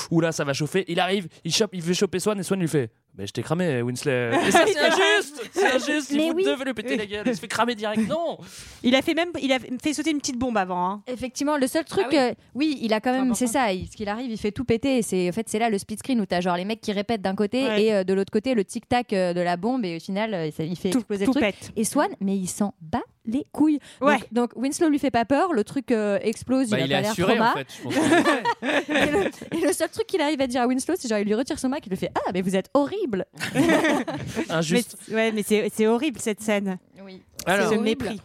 Speaker 8: Oula, ça va chauffer. Il arrive, il, chope, il veut choper Swan. Et Swan lui fait Mais je t'ai cramé, Winslet. Et ça, c'est injuste C'est injuste.
Speaker 11: Mais
Speaker 8: Il vous
Speaker 11: oui.
Speaker 8: devez lui péter la gueule. Il se fait cramer direct. Non
Speaker 11: Il a fait même, il a fait sauter une petite bombe avant. hein.
Speaker 9: Effectivement, le seul truc,
Speaker 11: Ah oui.
Speaker 9: euh, oui. il a quand même, c'est ça, il- ce qu'il arrive, il fait tout péter. Et c'est en fait, c'est là le split screen où t'as genre les mecs qui répètent d'un côté
Speaker 11: Ouais.
Speaker 9: et euh, de l'autre côté le tic tac de la bombe et au final euh, ça- il fait
Speaker 11: Tout-
Speaker 9: exploser
Speaker 11: tout
Speaker 9: le truc.
Speaker 11: pète.
Speaker 9: Et Swan, mais il s'en bat les couilles.
Speaker 11: Ouais.
Speaker 9: Donc, donc, Winslow lui fait pas peur, le truc euh, explose,
Speaker 1: Bah,
Speaker 9: il a
Speaker 1: il
Speaker 9: pas
Speaker 1: est
Speaker 9: l'air
Speaker 1: assuré,
Speaker 9: trauma.
Speaker 1: en fait, je pense.
Speaker 9: et, le, et le seul truc qu'il arrive à dire à Winslow, c'est genre il lui retire son mac, il lui fait ah mais vous êtes horrible.
Speaker 8: Injuste.
Speaker 11: Mais, ouais, mais c'est c'est horrible cette scène.
Speaker 9: Oui.
Speaker 11: C'est ce mépris.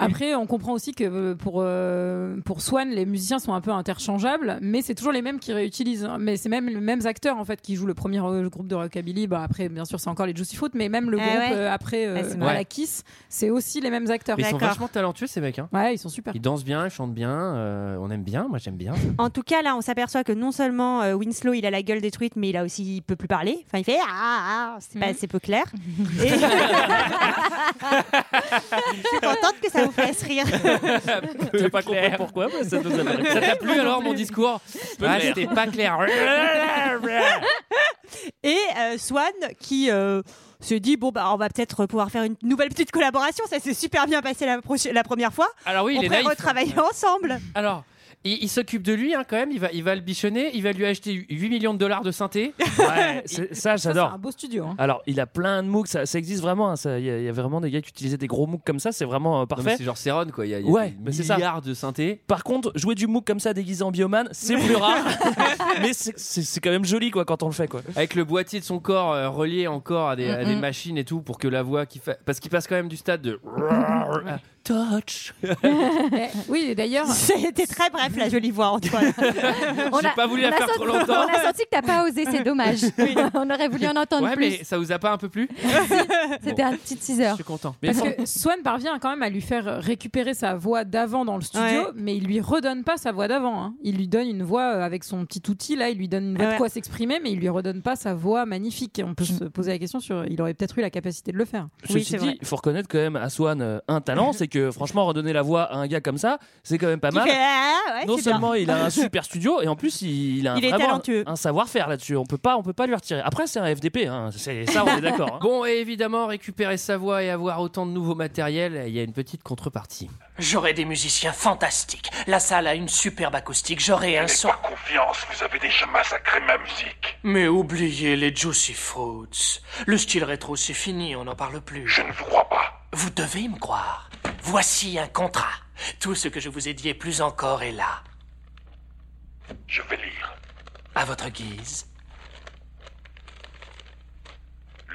Speaker 10: Après, on comprend aussi que euh, pour, euh, pour Swan, les musiciens sont un peu interchangeables, mais c'est toujours les mêmes qui réutilisent. hein. Mais c'est même les mêmes acteurs en fait qui jouent le premier euh, le groupe de rockabilly. Bah, après, bien sûr, c'est encore les Juicy Fruit, mais même le
Speaker 11: Ah
Speaker 10: groupe
Speaker 11: ouais.
Speaker 10: euh, après euh,
Speaker 11: Ah, c'est
Speaker 10: à
Speaker 1: marrant.
Speaker 10: la Kiss, c'est aussi les mêmes acteurs.
Speaker 1: Mais ils sont vachement talentueux ces mecs hein.
Speaker 10: Ouais, ils sont super.
Speaker 1: ils dansent bien ils chantent bien euh, on aime bien moi j'aime bien
Speaker 11: En tout cas, là, on s'aperçoit que non seulement euh, Winslow, il a la gueule détruite, mais il a aussi, il peut plus parler. Enfin, il fait ah, ah, ah c'est pas assez peu clair. Et- Je suis contente que ça vous fasse rire.
Speaker 8: Ah, T'as pas compris pourquoi mais ça nous a
Speaker 1: ça t'a plu alors mon discours ah
Speaker 8: clair.
Speaker 1: c'était pas clair
Speaker 11: Et euh, Swan qui euh, se dit bon bah on va peut-être pouvoir faire une nouvelle petite collaboration. Ça s'est super bien passé la, proche- la première fois.
Speaker 1: alors oui
Speaker 11: on
Speaker 1: il est
Speaker 11: pourrait
Speaker 1: naïf hein.
Speaker 11: retravailler ensemble.
Speaker 1: alors il, il s'occupe de lui hein, quand même il va, il va le bichonner il va lui acheter 8 millions de dollars de synthé
Speaker 8: Ouais, c'est- ça, j'adore.
Speaker 10: beau studio. hein.
Speaker 8: Alors, il a plein de MOOCs, ça, ça existe vraiment. hein, ça. Il y, a- il y a vraiment des gars qui utilisaient des gros MOOCs comme ça, c'est vraiment euh,
Speaker 1: Non, mais
Speaker 8: parfait.
Speaker 1: c'est genre Céron quoi il y a, il y a
Speaker 8: Ouais,
Speaker 1: des
Speaker 8: mais c'est ça.
Speaker 1: milliards de synthés
Speaker 8: Par contre, jouer du MOOC comme ça déguisé en bioman, c'est plus rare. mais c'est- c'est c'est quand même joli quoi quand on le fait quoi.
Speaker 1: avec le boîtier de son corps euh, relié encore à des, à des machines et tout pour que la voix qui fait parce qu'il passe quand même du stade de à touch
Speaker 10: Eh, oui, et d'ailleurs.
Speaker 11: C'était très bref la jolie voix Antoine.
Speaker 9: On
Speaker 1: J'ai
Speaker 9: a-
Speaker 1: pas voulu
Speaker 9: on
Speaker 1: la
Speaker 9: a
Speaker 1: faire
Speaker 9: senti-
Speaker 1: trop longtemps.
Speaker 9: On a senti que t'as pas osé, c'est dommage. on aurait voulu en entendre
Speaker 1: ouais
Speaker 9: plus.
Speaker 1: mais ça vous a pas un peu plu
Speaker 9: C'était un petit teaser.
Speaker 1: je suis content mais
Speaker 10: Parce que Swan parvient quand même à lui faire récupérer sa voix d'avant dans le studio,
Speaker 11: Ouais.
Speaker 10: mais il lui redonne pas sa voix d'avant. hein. Il lui donne une voix euh, avec son petit outil là, il lui donne une voix
Speaker 11: Ah ouais. Mm.
Speaker 10: de quoi s'exprimer, mais il lui redonne pas sa voix magnifique. Et on peut se poser la question sur, il aurait peut-être eu la capacité de le faire.
Speaker 11: Oui,
Speaker 8: Ceci
Speaker 11: c'est vrai.
Speaker 8: dit, il faut reconnaître quand même à Swan euh, un talent, c'est que franchement redonner la voix à un gars comme ça, c'est quand même pas
Speaker 11: Il
Speaker 8: mal.
Speaker 11: fait, ah, ouais,
Speaker 8: non
Speaker 11: c'est bien.
Speaker 8: seulement il a un super studio et en plus il, a un,
Speaker 11: Il est
Speaker 8: vraiment un-
Speaker 11: talentueux.
Speaker 8: un, savoir-faire là-dessus. On peut pas, on peut pas lui retirer. Après c'est un FDP, hein, c'est ça on est d'accord. hein.
Speaker 1: Bon, et évidemment, récupérer sa voix et avoir autant de nouveaux matériels, il y a une petite contrepartie.
Speaker 2: J'aurai des musiciens fantastiques. La salle a une superbe acoustique. J'aurai un son.
Speaker 13: Confiance, vous avez déjà massacré ma musique.
Speaker 2: Mais oubliez les Juicy Fruits. Le style rétro, c'est fini, on n'en parle plus. Je ne vous crois pas. Vous devez me croire. Voici un contrat. Tout ce que je vous ai dit et plus encore est là.
Speaker 13: Je vais lire.
Speaker 2: À votre guise.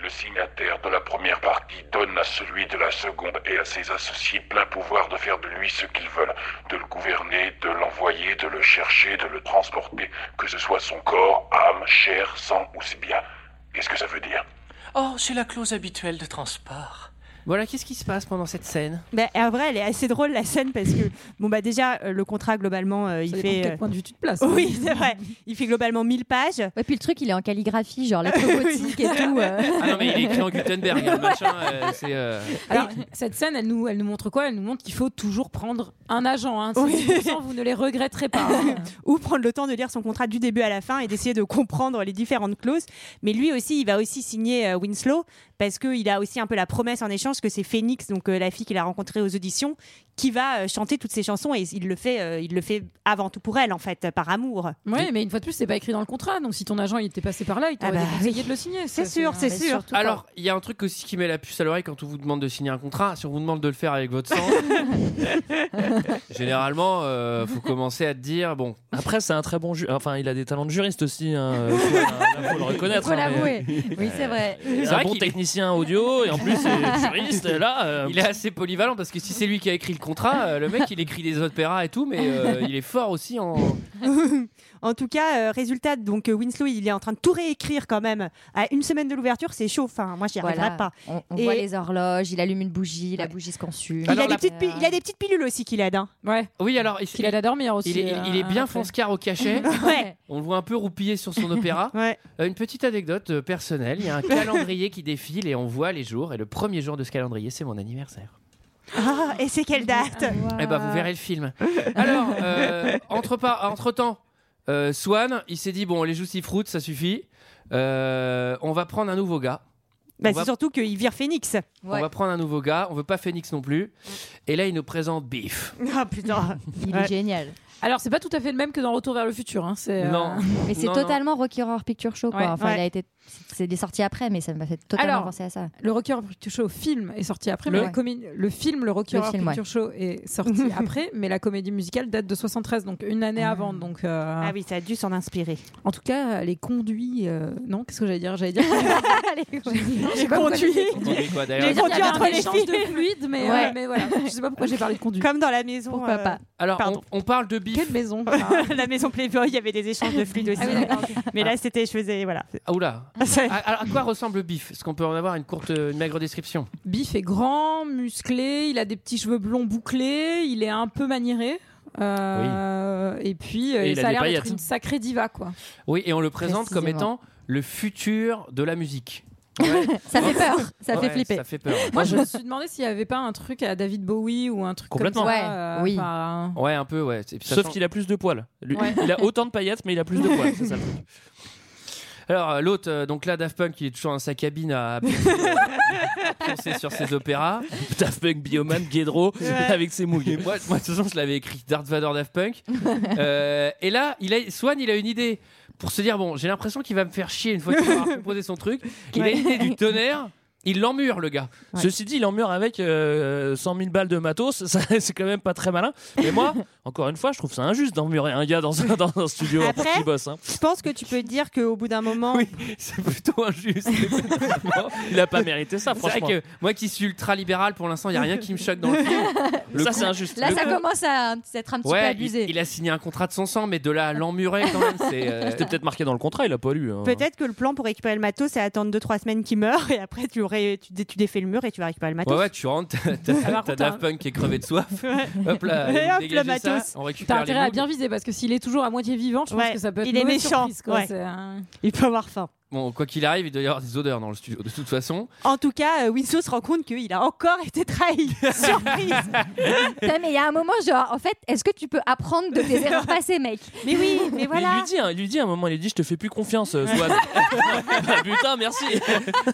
Speaker 13: Le signataire de la première partie donne à celui de la seconde et à ses associés plein pouvoir de faire de lui ce qu'ils veulent, de le gouverner, de l'envoyer, de le chercher, de le transporter, que ce soit son corps, âme, chair, sang ou ses biens. Qu'est-ce que ça veut dire
Speaker 2: Oh, c'est la clause habituelle de transport.
Speaker 1: Voilà, qu'est-ce qui se passe pendant cette scène
Speaker 11: Bah, en vrai, elle est assez drôle la scène parce que bon bah déjà euh, le contrat globalement euh, il
Speaker 10: dépend de
Speaker 11: fait
Speaker 10: quel
Speaker 11: euh,
Speaker 10: point de vue tu te places.
Speaker 11: Oui, c'est vrai. Il fait globalement 1000 pages.
Speaker 9: Et puis le truc, il est en calligraphie, genre lettre gothique et tout. euh.
Speaker 1: Ah non, mais il est écrit en Gutenberg, le machin. euh, c'est, euh,
Speaker 10: Alors, cette scène, elle nous, elle nous montre quoi Elle nous montre qu'il faut toujours prendre un agent. Hein. 60%, vous ne les regretterez pas. hein.
Speaker 11: ou prendre le temps de lire son contrat du début à la fin et d'essayer de comprendre les différentes clauses. Mais lui aussi, il va aussi signer euh, Winslow parce qu'il a aussi un peu la promesse en échange que c'est Phoenix, donc euh, la fille qu'il a rencontrée aux auditions, qui va euh, chanter toutes ses chansons et il le fait, euh, il le fait avant tout pour elle en fait, euh, par amour.
Speaker 10: Ouais, mais une fois de plus, c'est pas écrit dans le contrat. Donc, si ton agent il était passé par là, il t'aurait
Speaker 11: Ah bah
Speaker 10: conseillé
Speaker 11: oui.
Speaker 10: de le signer.
Speaker 11: C'est
Speaker 10: Ça,
Speaker 11: sûr, c'est
Speaker 10: Mais
Speaker 11: sûr.
Speaker 10: surtout pas.
Speaker 1: Alors, il y a un truc aussi qui met la puce à l'oreille quand on vous demande de signer un contrat. Si on vous demande de le faire avec votre sang, généralement, euh, faut commencer à te dire bon.
Speaker 14: Après, c'est un très bon ju- Enfin, il a des talents de juriste aussi. hein, euh, faut- là, faut le reconnaître.
Speaker 9: Faut
Speaker 14: hein,
Speaker 9: l'avouer.
Speaker 14: mais-
Speaker 9: Oui, c'est vrai.
Speaker 14: C'est un bon technicien audio et en plus c'est juriste là. euh,
Speaker 1: Il est assez polyvalent parce que si c'est lui qui a écrit le contrat, euh, le mec il écrit des opéras et tout, mais euh, il est fort aussi en.
Speaker 11: en tout cas, euh, résultat, donc euh, Winslow, il est en train de tout réécrire quand même. À une semaine de l'ouverture, c'est chaud. Enfin, moi, j'y
Speaker 9: Voilà.
Speaker 11: arriverai pas.
Speaker 9: On, on
Speaker 11: Et-
Speaker 9: voit les horloges, il allume une bougie, la bougie se consume.
Speaker 11: Il, a des petites, pi-
Speaker 9: euh,
Speaker 11: il a des petites pilules aussi qu'il aide. hein.
Speaker 10: Ouais.
Speaker 1: Oui, alors. Il,
Speaker 10: Qu'il aide à dormir aussi.
Speaker 1: il est, il est
Speaker 10: euh,
Speaker 1: bien
Speaker 10: après.
Speaker 1: fonce-car au cachet.
Speaker 11: Ouais.
Speaker 1: On le voit un peu roupiller sur son opéra. Euh, une petite anecdote euh, personnelle il y a un calendrier qui défile et on voit les jours. Et le premier jour de ce calendrier, c'est mon anniversaire.
Speaker 11: Ah, et c'est quelle date
Speaker 1: Eh ben, vous verrez le film. Alors, euh, entre, par- entre-temps, euh, Swan, il s'est dit bon, les Juicy Fruits, ça suffit. Euh, on va prendre un nouveau gars.
Speaker 11: Bah,
Speaker 1: On
Speaker 11: c'est
Speaker 1: va-
Speaker 11: surtout qu'il vire Phoenix.
Speaker 1: On va prendre un nouveau gars. On veut pas Phoenix non plus.
Speaker 10: Mm.
Speaker 1: Et là, il nous présente Beef.
Speaker 11: Ah putain.
Speaker 9: Il
Speaker 1: Ouais.
Speaker 9: est génial.
Speaker 10: Alors, c'est pas tout à fait le même que dans Retour vers le futur. Hein. C'est, euh,
Speaker 1: Non.
Speaker 9: Mais c'est
Speaker 10: Non,
Speaker 9: totalement Rocky Horror Picture Show. Quoi.
Speaker 10: Ouais.
Speaker 9: enfin,
Speaker 10: Ouais.
Speaker 9: il a été. C'est des sorties après, mais ça m'a fait totalement
Speaker 10: Alors,
Speaker 9: penser à ça.
Speaker 10: Le Rocky Horror Picture Show film est sorti après,
Speaker 9: Le-
Speaker 10: mais la comédie- le film, le Rocky
Speaker 9: Le
Speaker 10: Horror
Speaker 9: film, ouais.
Speaker 10: Picture Show est sorti après, mais la comédie musicale date de 73, donc une année avant. Donc, euh,
Speaker 11: Ah oui, ça a dû s'en inspirer.
Speaker 10: En tout cas, les conduits. euh, Non, qu'est-ce que j'allais dire J'allais dire.
Speaker 11: J'ai
Speaker 10: J'ai
Speaker 11: conduits.
Speaker 1: Attendez, quoi, d'ailleurs
Speaker 10: J'allais dire qu'il y
Speaker 11: Conduits
Speaker 10: avait
Speaker 11: entre
Speaker 10: un
Speaker 11: les
Speaker 10: échange de
Speaker 11: filles.
Speaker 10: fluide, mais,
Speaker 11: Ouais.
Speaker 10: euh, mais voilà. Je sais pas pourquoi j'ai parlé de conduits.
Speaker 11: Comme dans la maison.
Speaker 10: Pourquoi
Speaker 11: euh,
Speaker 10: pas
Speaker 1: Alors,
Speaker 11: Pardon.
Speaker 1: on, on parle de Beef.
Speaker 10: Quelle maison
Speaker 11: la maison Playboy, il y avait des échanges de fluides aussi. Mais là, c'était, je faisais, voilà.
Speaker 1: Ah, oula. à, à quoi ressemble Beef Est-ce qu'on peut en avoir une courte, une maigre description
Speaker 10: Biff est grand, musclé, il a des petits cheveux blonds bouclés, il est un peu maniéré. euh, Et puis, euh,
Speaker 1: Et il a
Speaker 10: ça a
Speaker 1: des
Speaker 10: l'air d'être
Speaker 1: paillettes.
Speaker 10: une sacrée diva, quoi.
Speaker 1: Oui, et on le présente comme
Speaker 10: Précisément.
Speaker 1: étant le futur de la musique.
Speaker 10: Ça fait peur,
Speaker 1: ça fait Ouais, flipper. ça fait peur.
Speaker 10: Moi, je me suis demandé s'il n'y avait pas un truc à David Bowie ou un truc
Speaker 14: Complètement.
Speaker 10: comme ça.
Speaker 14: Ouais,
Speaker 10: euh,
Speaker 14: oui.
Speaker 10: enfin,
Speaker 1: Ouais, un peu, ouais. Et puis, ça
Speaker 14: Sauf
Speaker 1: change-
Speaker 14: qu'il a plus de poils. Lui,
Speaker 10: Ouais.
Speaker 14: Il a autant de paillettes, mais il a plus de poils. C'est ça le truc.
Speaker 1: Alors, euh, l'autre, euh, donc là, Daft Punk, il est toujours dans sa cabine à à pioncer sur ses opéras.
Speaker 14: Daft Punk, Bioman, Guédro, avec ses mouilles.
Speaker 1: Moi, moi, de toute façon, je l'avais écrit Darth Vader Daft Punk. Euh, et là, il a, Swan, il a une idée pour se dire bon, j'ai l'impression qu'il va me faire chier une fois qu'il va composer son truc. Il a une idée du tonnerre. Il l'emmure, le gars.
Speaker 14: Ceci dit, il emmure avec euh, 100 000 balles de matos, ça, c'est quand même pas très malin. Mais moi, encore une fois, je trouve ça injuste d'emmurer un gars dans un, dans un studio
Speaker 11: Après,
Speaker 14: qui bosse. hein.
Speaker 11: Je pense que tu peux dire qu'au bout d'un moment.
Speaker 1: C'est plutôt injuste.
Speaker 14: Il a pas mérité ça,
Speaker 1: C'est vrai
Speaker 14: franchement.
Speaker 1: que moi qui suis ultra libéral, pour l'instant, il n'y a rien qui me choque dans le film. Le
Speaker 14: Ça,
Speaker 1: coup-
Speaker 14: c'est injuste.
Speaker 9: Là,
Speaker 1: le
Speaker 9: ça
Speaker 1: coup-
Speaker 9: commence à être un petit peu
Speaker 1: Ouais, il,
Speaker 9: abusé.
Speaker 1: il a signé un contrat de son sang, mais de là à l'emmurer quand même, c'est. euh,
Speaker 14: C'était peut-être marqué dans le contrat, il a pas lu. hein.
Speaker 11: Peut-être que le plan pour récupérer le matos, c'est attendre 2-3 semaines qu'il meurt et après tu, aurais, tu, dé- tu défais le mur et tu vas récupérer le matos.
Speaker 1: Ouais, ouais, tu rentres, t'as- t'as t'as Daft Punk qui est crevé de soif. Hop là,
Speaker 11: Et hop,
Speaker 1: dégagez
Speaker 11: le matos.
Speaker 1: ça, on
Speaker 10: T'as
Speaker 1: récupère les
Speaker 10: intérêt à
Speaker 1: moules.
Speaker 10: bien viser parce que s'il est toujours à moitié vivant, je pense
Speaker 11: Ouais,
Speaker 10: que ça peut être
Speaker 11: il est
Speaker 10: une mauvaise
Speaker 11: méchant,
Speaker 10: surprise, quoi.
Speaker 11: ouais.
Speaker 10: C'est, euh,
Speaker 11: Il peut avoir faim.
Speaker 1: Bon, quoi qu'il arrive, il doit y avoir des odeurs dans le studio, de toute façon.
Speaker 11: En tout cas, euh, Winslow se rend compte qu'il a encore été trahi. Surprise
Speaker 9: Putain, mais il y a un moment, genre, en fait, est-ce que tu peux apprendre de tes erreurs passées, mec
Speaker 11: Mais oui, mais
Speaker 14: Mais il lui dit, hein, il lui dit à un moment, il lui dit, je te fais plus confiance, euh, Swan. Ah,
Speaker 1: Bah,
Speaker 14: Putain, merci.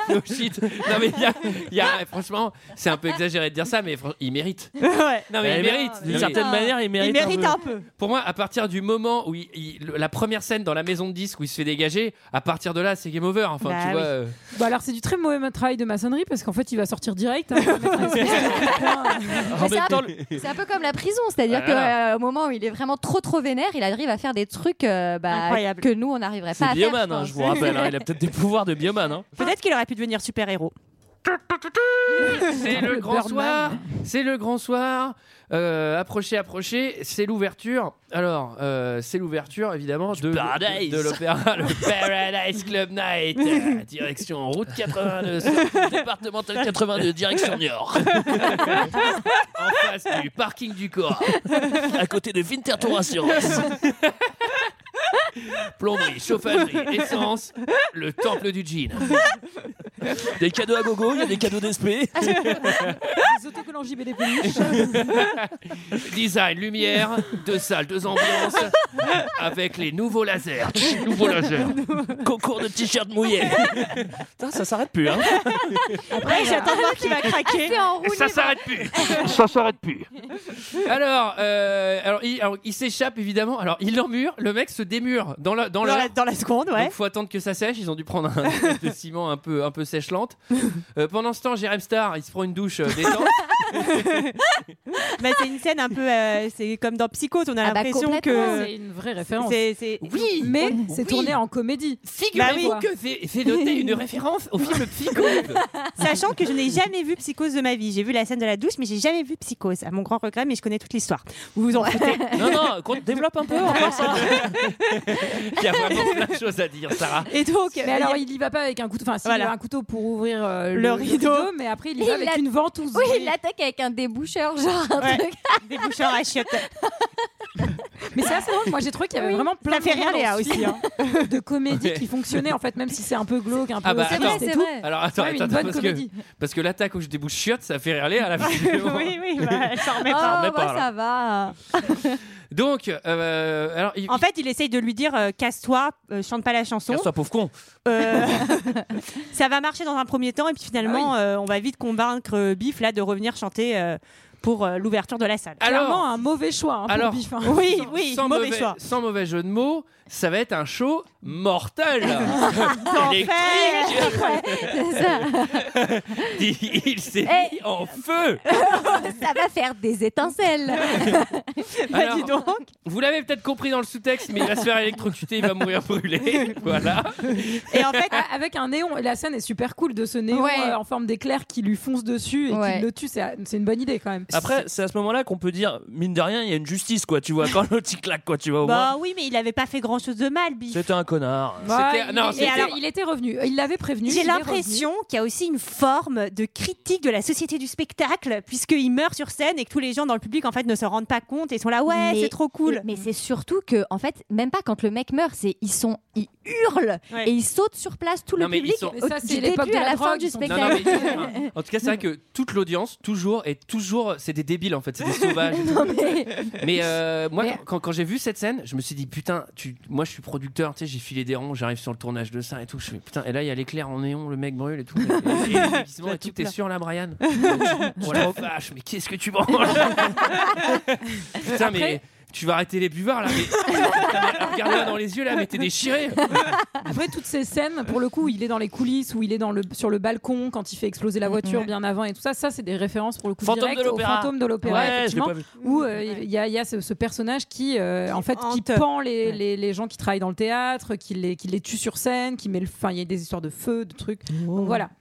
Speaker 1: No Oh, shit. Non, mais il y a, il y a- franchement, c'est un peu exagéré de dire ça, mais fran- il mérite. Non, mais
Speaker 14: Eh,
Speaker 1: il
Speaker 14: mais-
Speaker 1: mérite. Non,
Speaker 14: D'une
Speaker 1: mais-
Speaker 14: certaine manière, il mérite.
Speaker 11: peu.
Speaker 1: Pour moi, à partir du moment où il- il- le- la première scène dans la maison de disque où il se fait dégager, à partir de là, c'est game over. Enfin,
Speaker 11: Bah
Speaker 1: tu
Speaker 11: oui.
Speaker 1: vois. euh,
Speaker 10: Bah alors c'est du très mauvais travail de maçonnerie parce qu'en fait il va sortir direct. hein, il va mettre un espèce de point, euh,
Speaker 14: Ah,
Speaker 9: Mais c'est un- C'est un peu comme la prison,
Speaker 1: Ah,
Speaker 9: c'est-à-dire qu'au
Speaker 14: Voilà.
Speaker 9: moment où il est vraiment trop trop vénère, il arrive à faire des trucs euh, bah,
Speaker 11: Incroyable.
Speaker 9: que nous on n'arriverait pas
Speaker 14: C'est
Speaker 9: à faire.
Speaker 14: Bioman, hein, je vous rappelle. hein, il a peut-être des pouvoirs de Bioman. hein.
Speaker 11: Peut-être qu'il aurait pu devenir super-héros.
Speaker 1: C'est le
Speaker 8: Le
Speaker 1: grand
Speaker 8: Birdman.
Speaker 1: soir. C'est le grand soir. Euh, approchez, approchez. C'est l'ouverture. Alors, euh, c'est l'ouverture évidemment de,
Speaker 2: Paradise.
Speaker 1: de, l'opéra, le Paradise Club Night. Euh, Direction route 82, départemental 82, direction Niort. en face du parking du corps, à côté de Winterthur Assurance. Plomberie, chauffagerie, essence, le temple du jean. Des cadeaux à gogo, il y a des cadeaux d'esprit.
Speaker 10: Les autocollants JBD
Speaker 1: Design, lumière, deux salles, deux ambiances, avec les nouveaux lasers. Nouveaux lasers. Concours de t-shirts mouillés.
Speaker 8: Putain, ça s'arrête plus, hein
Speaker 11: Après, j'attends de voir qui va craquer.
Speaker 10: Ah,
Speaker 1: Ça s'arrête plus.
Speaker 8: Ça s'arrête plus.
Speaker 1: Alors, euh, alors il, alors, il s'échappe évidemment. Alors, il l'emmure, le mec se démure dans la dans,
Speaker 11: Dans la- dans la seconde, ouais.
Speaker 1: Donc, faut attendre que ça sèche. Ils ont dû prendre un espèce de ciment un peu un peu sèche-lente. Euh, pendant ce temps, Jérém Star, il se prend une douche euh, détente.
Speaker 11: Mais c'est une scène un peu. euh, c'est comme dans Psychose, on a
Speaker 10: Ah bah,
Speaker 11: l'impression
Speaker 10: complètement.
Speaker 11: que.
Speaker 10: C'est une vraie référence.
Speaker 11: Oui,
Speaker 10: mais c'est tourné en comédie. Bah
Speaker 1: Figurez-vous que c'est- c'est noté une référence au film Psychose.
Speaker 11: Sachant que je n'ai jamais vu Psychose de ma vie. J'ai vu la scène de la douche, mais j'ai jamais vu Psychose. À mon grand regret, mais je connais toute l'histoire. Vous vous en foutez.
Speaker 1: Non, non, qu'on développe un peu. Il y a vraiment plein de choses à dire, Sarah.
Speaker 11: Et donc,
Speaker 10: mais
Speaker 11: euh,
Speaker 10: alors
Speaker 11: il
Speaker 10: il y va pas avec un couteau. Enfin, si,
Speaker 11: Voilà.
Speaker 10: il a un couteau pour ouvrir euh,
Speaker 11: Le
Speaker 10: le,
Speaker 11: rideau.
Speaker 10: mais après il y
Speaker 9: Et
Speaker 10: va
Speaker 9: il
Speaker 10: avec
Speaker 9: l'a-
Speaker 10: une ventouse.
Speaker 9: Oui, il l'attaque avec un déboucheur, genre un
Speaker 11: Ouais.
Speaker 9: truc.
Speaker 11: Déboucheur à chiottes. Euh,
Speaker 10: Mais c'est assez drôle. Moi, j'ai trouvé qu'il y avait
Speaker 9: Oui.
Speaker 10: vraiment plein
Speaker 11: Ça fait
Speaker 10: de moments
Speaker 11: rire,
Speaker 10: dans ce
Speaker 11: Léa,
Speaker 10: film de comédie
Speaker 1: Ouais.
Speaker 10: qui fonctionnaient en fait, même si c'est un peu glauque, un peu.
Speaker 1: Ah bah
Speaker 10: triste
Speaker 1: attends,
Speaker 10: et tout.
Speaker 1: alors attends,
Speaker 10: C'est
Speaker 1: attends,
Speaker 10: quand même une bonne
Speaker 1: parce
Speaker 10: comédie.
Speaker 1: que parce que l'attaque où je débouche chiotte, ça fait râler à la fin.
Speaker 11: oui, oui, bah, elle s'en remet
Speaker 9: Oh,
Speaker 11: pas.
Speaker 1: remet pas,
Speaker 9: bah,
Speaker 1: là.
Speaker 9: ça va.
Speaker 1: Donc euh, alors il,
Speaker 11: En fait, il essaye de lui dire euh, casse-toi, euh, chante pas la chanson.
Speaker 1: Casse-toi, pauvre con.
Speaker 11: Euh, ça va marcher dans un premier temps, et puis finalement, euh, on va vite convaincre euh, Biff là de revenir chanter euh, pour euh, l'ouverture de la salle.
Speaker 1: Alors-
Speaker 10: Clairement un mauvais choix. hein, pour
Speaker 1: alors
Speaker 10: Biff, hein.
Speaker 11: Oui, oui,
Speaker 1: sans
Speaker 11: mauvais choix.
Speaker 1: sans mauvais jeu de mots, ça va être un show mortel. Électrique. il il s'est
Speaker 9: Eh.
Speaker 1: mis en feu.
Speaker 9: ça va faire des étincelles.
Speaker 11: Bah,
Speaker 1: Alors, Vous l'avez peut-être compris dans le sous-texte, mais il va se faire électrocuter, il va mourir brûlé. voilà.
Speaker 10: Et en fait, avec un néon, la scène est super cool de ce néon
Speaker 9: Ouais.
Speaker 10: euh, en forme d'éclair qui lui fonce dessus et
Speaker 9: Ouais.
Speaker 10: qui le tue. C'est c'est une bonne idée quand même.
Speaker 8: Après, c'est à ce moment-là qu'on peut dire, mine de rien, il y a une justice, quoi, tu vois, quand l'autre il claque, quoi, tu vois, au moins.
Speaker 11: Bah oui, mais il avait pas fait grand chose de mal, Biff.
Speaker 8: C'était un connard.
Speaker 10: Bah,
Speaker 1: C'était-
Speaker 10: il,
Speaker 1: non,
Speaker 10: il-
Speaker 1: c'était-
Speaker 10: et alors, il était revenu. Il l'avait prévenu.
Speaker 11: J'ai
Speaker 10: il est
Speaker 11: l'impression qu'il y a aussi une forme de critique de la société du spectacle, puisqu'il meurt sur scène et que tous les gens dans le public en fait ne se rendent pas compte et sont là, ouais,
Speaker 9: Mais-
Speaker 11: c'est trop cool.
Speaker 9: Mais c'est surtout que, en fait, même pas quand le mec meurt, c'est ils sont, ils hurlent
Speaker 11: Ouais.
Speaker 9: et ils sautent sur place tout
Speaker 1: Non,
Speaker 9: le
Speaker 1: mais ils
Speaker 9: public.
Speaker 1: sont-
Speaker 10: Mais ça,
Speaker 9: au-
Speaker 10: c'est
Speaker 9: du
Speaker 10: l'époque
Speaker 9: début
Speaker 10: de
Speaker 9: à
Speaker 10: la
Speaker 9: la fin
Speaker 10: drogue,
Speaker 9: du
Speaker 10: ils sont- Non,
Speaker 1: Non, non,
Speaker 9: spectacle.
Speaker 1: mais- enfin, en tout cas, c'est vrai que toute l'audience, toujours, et toujours, c'est des débiles en fait, c'est des sauvages.
Speaker 9: Non, mais-
Speaker 1: Mais euh, moi,
Speaker 9: Mais-
Speaker 1: quand, quand- quand j'ai vu cette scène, je me suis dit putain, tu, moi je suis producteur, tu sais, j'ai filé des ronds, j'arrive sur le tournage de ça et tout. Je fais putain, et là il y a l'éclair en néon, le mec brûle et tout. Et, et, et, et tout, t'es sûr là, Brian Oh la vache, mais qu'est-ce que tu branles Putain, mais. Tu vas arrêter les buvards là, mais. Regarde-moi dans les yeux là, mais t'es déchiré
Speaker 10: Après toutes ces scènes, pour le coup, il est dans les coulisses ou il est dans le, sur le balcon quand il fait exploser la voiture bien avant et tout ça. Ça, c'est des références pour le coup
Speaker 8: Fantôme de
Speaker 10: directes au
Speaker 8: l'opéra.
Speaker 10: fantôme de l'opéra,
Speaker 8: Ouais, je l'ai
Speaker 10: effectivement,
Speaker 8: pas vu.
Speaker 10: où euh, il y a, il y a ce, ce personnage qui, euh, en fait, qui
Speaker 11: hante.
Speaker 10: pend les, les, les gens qui travaillent dans le théâtre, qui les, qui les tue sur scène, qui met le. Enfin, il y a des histoires de feu, de trucs. Donc voilà.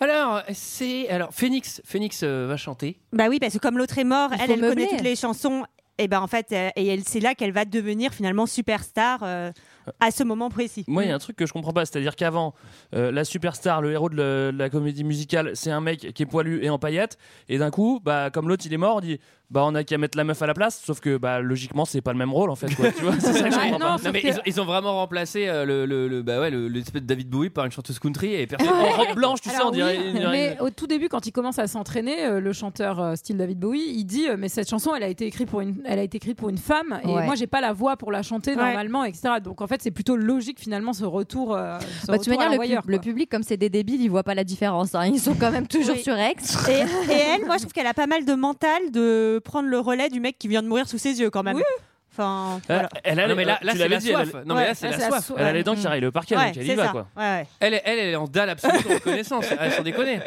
Speaker 1: Alors, c'est. Alors, Phoenix, Phoenix euh, va chanter.
Speaker 11: Bah oui, parce que comme l'autre est mort,
Speaker 9: Il
Speaker 11: elle,
Speaker 9: faut
Speaker 11: elle connaît
Speaker 9: meubler.
Speaker 11: toutes les chansons. Et ben en fait, euh, et elle, c'est là qu'elle va devenir finalement superstar euh, à ce moment précis.
Speaker 8: Moi, il y a un truc que je comprends pas, c'est-à-dire qu'avant, euh, la superstar, le héros de, le- de la comédie musicale, c'est un mec qui est poilu et en paillettes, et d'un coup, bah, comme l'autre il est mort, on dit, bah, on a qu'à mettre la meuf à la place, sauf que, bah, logiquement, c'est pas le même rôle en fait, quoi, tu vois, c'est ça que je comprends pas.
Speaker 10: non,
Speaker 1: Non,
Speaker 10: sauf
Speaker 1: mais
Speaker 10: que-
Speaker 1: ils, ont- ils ont vraiment remplacé euh, le, le, le- bah ouais, le- l'espèce de David Bowie par une chanteuse country et personne.
Speaker 8: En robe blanche, tu sais,
Speaker 10: Alors
Speaker 8: on dirait.
Speaker 10: oui,
Speaker 8: on dirait-
Speaker 10: mais au tout début, quand il commence à s'entraîner, euh, le chanteur euh, style David Bowie, il dit euh, mais cette chanson, elle a été écrite pour une, elle a été écrite pour une femme, et
Speaker 9: Ouais.
Speaker 10: moi j'ai pas la voix pour la chanter normalement, etc. Donc en fait, c'est plutôt logique finalement ce retour. euh, ce
Speaker 9: Bah, de toute
Speaker 10: retour à
Speaker 9: manière, le,
Speaker 10: l'envoyeur,
Speaker 9: pub- le
Speaker 10: quoi.
Speaker 9: public, comme c'est des débiles, ils voient pas la différence. hein. Ils sont quand même toujours
Speaker 11: Oui.
Speaker 9: sur X.
Speaker 11: Et, et elle, moi je trouve qu'elle a pas mal de mental de prendre le relais du mec qui vient de mourir sous ses yeux quand même.
Speaker 10: Oui.
Speaker 1: Ah,
Speaker 11: Enfin,
Speaker 8: Euh,
Speaker 11: voilà.
Speaker 8: Elle a,
Speaker 1: Non, mais là-
Speaker 8: tu
Speaker 1: là, c'est
Speaker 8: l'avais
Speaker 1: la
Speaker 8: dit, elle
Speaker 1: soif.
Speaker 8: a- non,
Speaker 1: Ouais,
Speaker 8: mais là, c'est
Speaker 10: là,
Speaker 8: la,
Speaker 10: c'est la
Speaker 8: soif.
Speaker 10: soif.
Speaker 8: Elle a les dents qui arrivent au parquet,
Speaker 11: Ouais,
Speaker 8: donc elle y
Speaker 11: c'est
Speaker 8: va,
Speaker 11: ça.
Speaker 8: quoi.
Speaker 11: Ouais, Bah, ouais.
Speaker 1: Elle est, elle, elle est en dalle absolue de reconnaissance, elle s'en déconner.